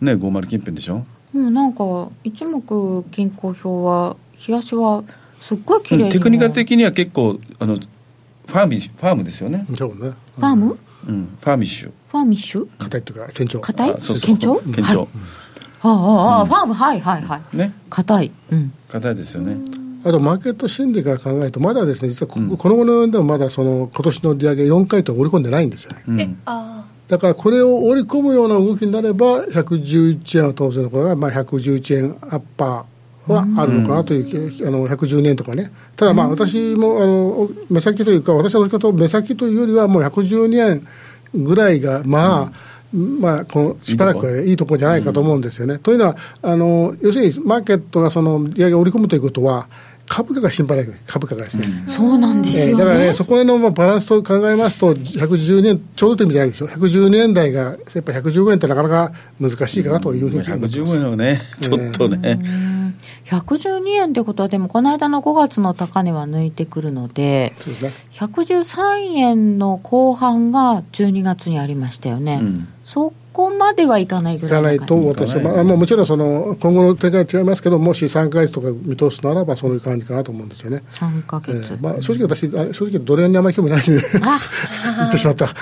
B: ね、50近辺でしょ
A: もうなんか、一目均衡表は、日足は、すっごい綺麗
B: うん
A: に
B: テクニカル的には結構あのファーミファームですよね、
F: そうね。
A: ファーム
B: うん、ファーミッシュ
A: ファーミッシュ
F: 硬いというか、堅調。
A: 硬い
B: あそうそう
A: 堅調
B: 堅調、
A: はいああ、ああ、ファーム、はいはいはい。
B: ね
A: 硬い。うん。
B: 硬いですよね、
F: あとマーケット心理から考えると、まだですね、実はこ,、この後のでもまだその今年の利上げ4回とは織り込んでないんですよね。
B: うん
C: えあ
F: だからこれを織り込むような動きになれば、111円は当然のこれは、まあ、111円アッパーはあるのかなという気、あの112円とかね、ただまあ私もあの目先というか、私の時方を目先というよりは、もう112円ぐらいが、まあ、まあ、このしばらくは、いいところじゃないかと思うんですよね。というのはあの、要するにマーケットがその利上げを織り込むということは、株価が心配なわけです株価がですね。
A: そうなんです
F: えー
A: よ
F: だから
A: ね
F: ね、。そこら辺のまあバランスと考えますと、110年、ちょうどという意味じゃないですよ、110年代が、やっぱ115円ってなかなか難しいかなというふうに思ってます
B: 115円はねちょっとね、
A: 112円ってことは、でもこの間の5月の高値は抜いてくるので、
F: そうですね
A: 113円の後半が12月にありましたよね、
B: うん
A: そこまではいかないぐ
F: い
A: ら
F: か
A: いの
F: ない
A: 感じ
F: と私は、まあ、あのもちろんその今後の展開は違いますけど、もし3か月とか見通すならば、そういう感じかなと思うんですよね。
A: 3ヶ
F: え
A: 月、
F: ーまあ、正直私、あ正直ドル円にあまり興味ないんで、
A: あ
F: 言ってしまった。さ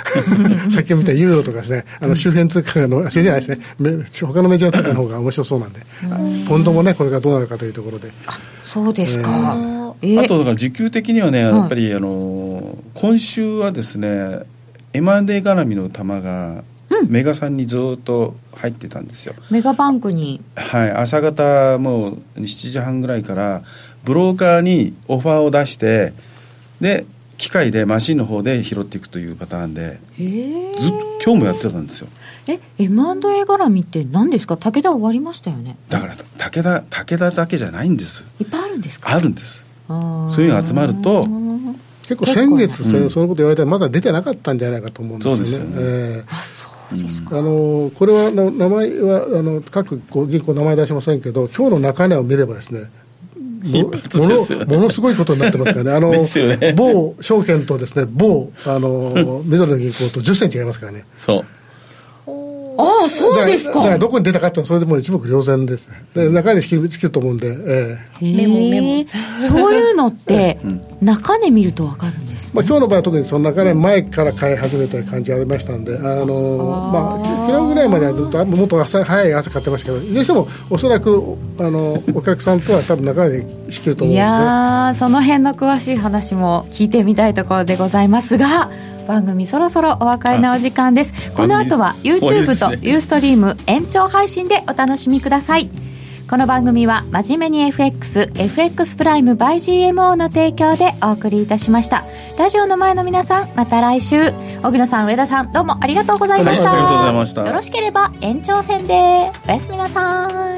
F: っきみたいにユーロとかですね、あの周辺通貨の、あ周辺じゃないですね、め他のメジャー通貨の方が面白そうなんで、あポンドもね、これがどうなるかというところで。
A: そうですか、えー
B: あとだから時給的にはね、
A: い
B: やっぱりあの今週はですね、M&A 絡みの玉が、メガさんにずっと入ってたんですよ。
A: メガバンクに
B: はい、朝方もう7時半ぐらいからブローカーにオファーを出してで機械でマシンの方で拾っていくというパターンで
A: えー
B: ずっと今日もやってたんですよ
A: え M&A 絡みって何ですか武田終わりましたよね
B: だから武田武田だけじゃないんです
A: いっぱいあるんですか
B: あるんです
A: あー
B: そういうのが集まると
F: 結構先
B: 結
F: 月
B: 構
F: そ
B: ね
F: うそのこと言われたらまだ出てなかったんじゃないかと思うんですよね。
B: そうですよ
F: ええあのこれはあの名前はあの各銀行名前出しませんけど今日の中値を見ればですねも
B: 発ですよね
F: ものものすごいことになってますからね、あの
B: ですよね
F: 某証券とですね某あ の緑の銀行と10銭違いますからね、
B: そう
A: ああそうです
F: だ
A: か
F: からどこに出たかっていうのは、それでもう一目瞭然ですね、で中に仕切る仕切ると思うんで、ええ
A: メモメモそういうのって中値見るとわかるんです
F: まあ今日の場合は特にその中で前から買い始めた感じありましたんで、あのまあ、昨日ぐらいまではずっとあもっと朝早い朝買ってましたけど、いずれにしてもおそらくあのお客さんとは多分中で仕切ると思
A: い
F: うんで。
A: やーその辺の詳しい話も聞いてみたいところでございますが番組そろそろお別れのお時間ですこの後は
B: 番組終わり
A: YouTube
B: です
A: と
B: ね
A: Ustream 延長配信でお楽しみくださいこの番組は「真面目に FXFX プライム by GMO」の提供でお送りいたしましたラジオの前の皆さんまた来週荻野さん上田さんどうもありがとうございました
B: はいありがとうございました
A: よろしければ延長戦でおやすみなさい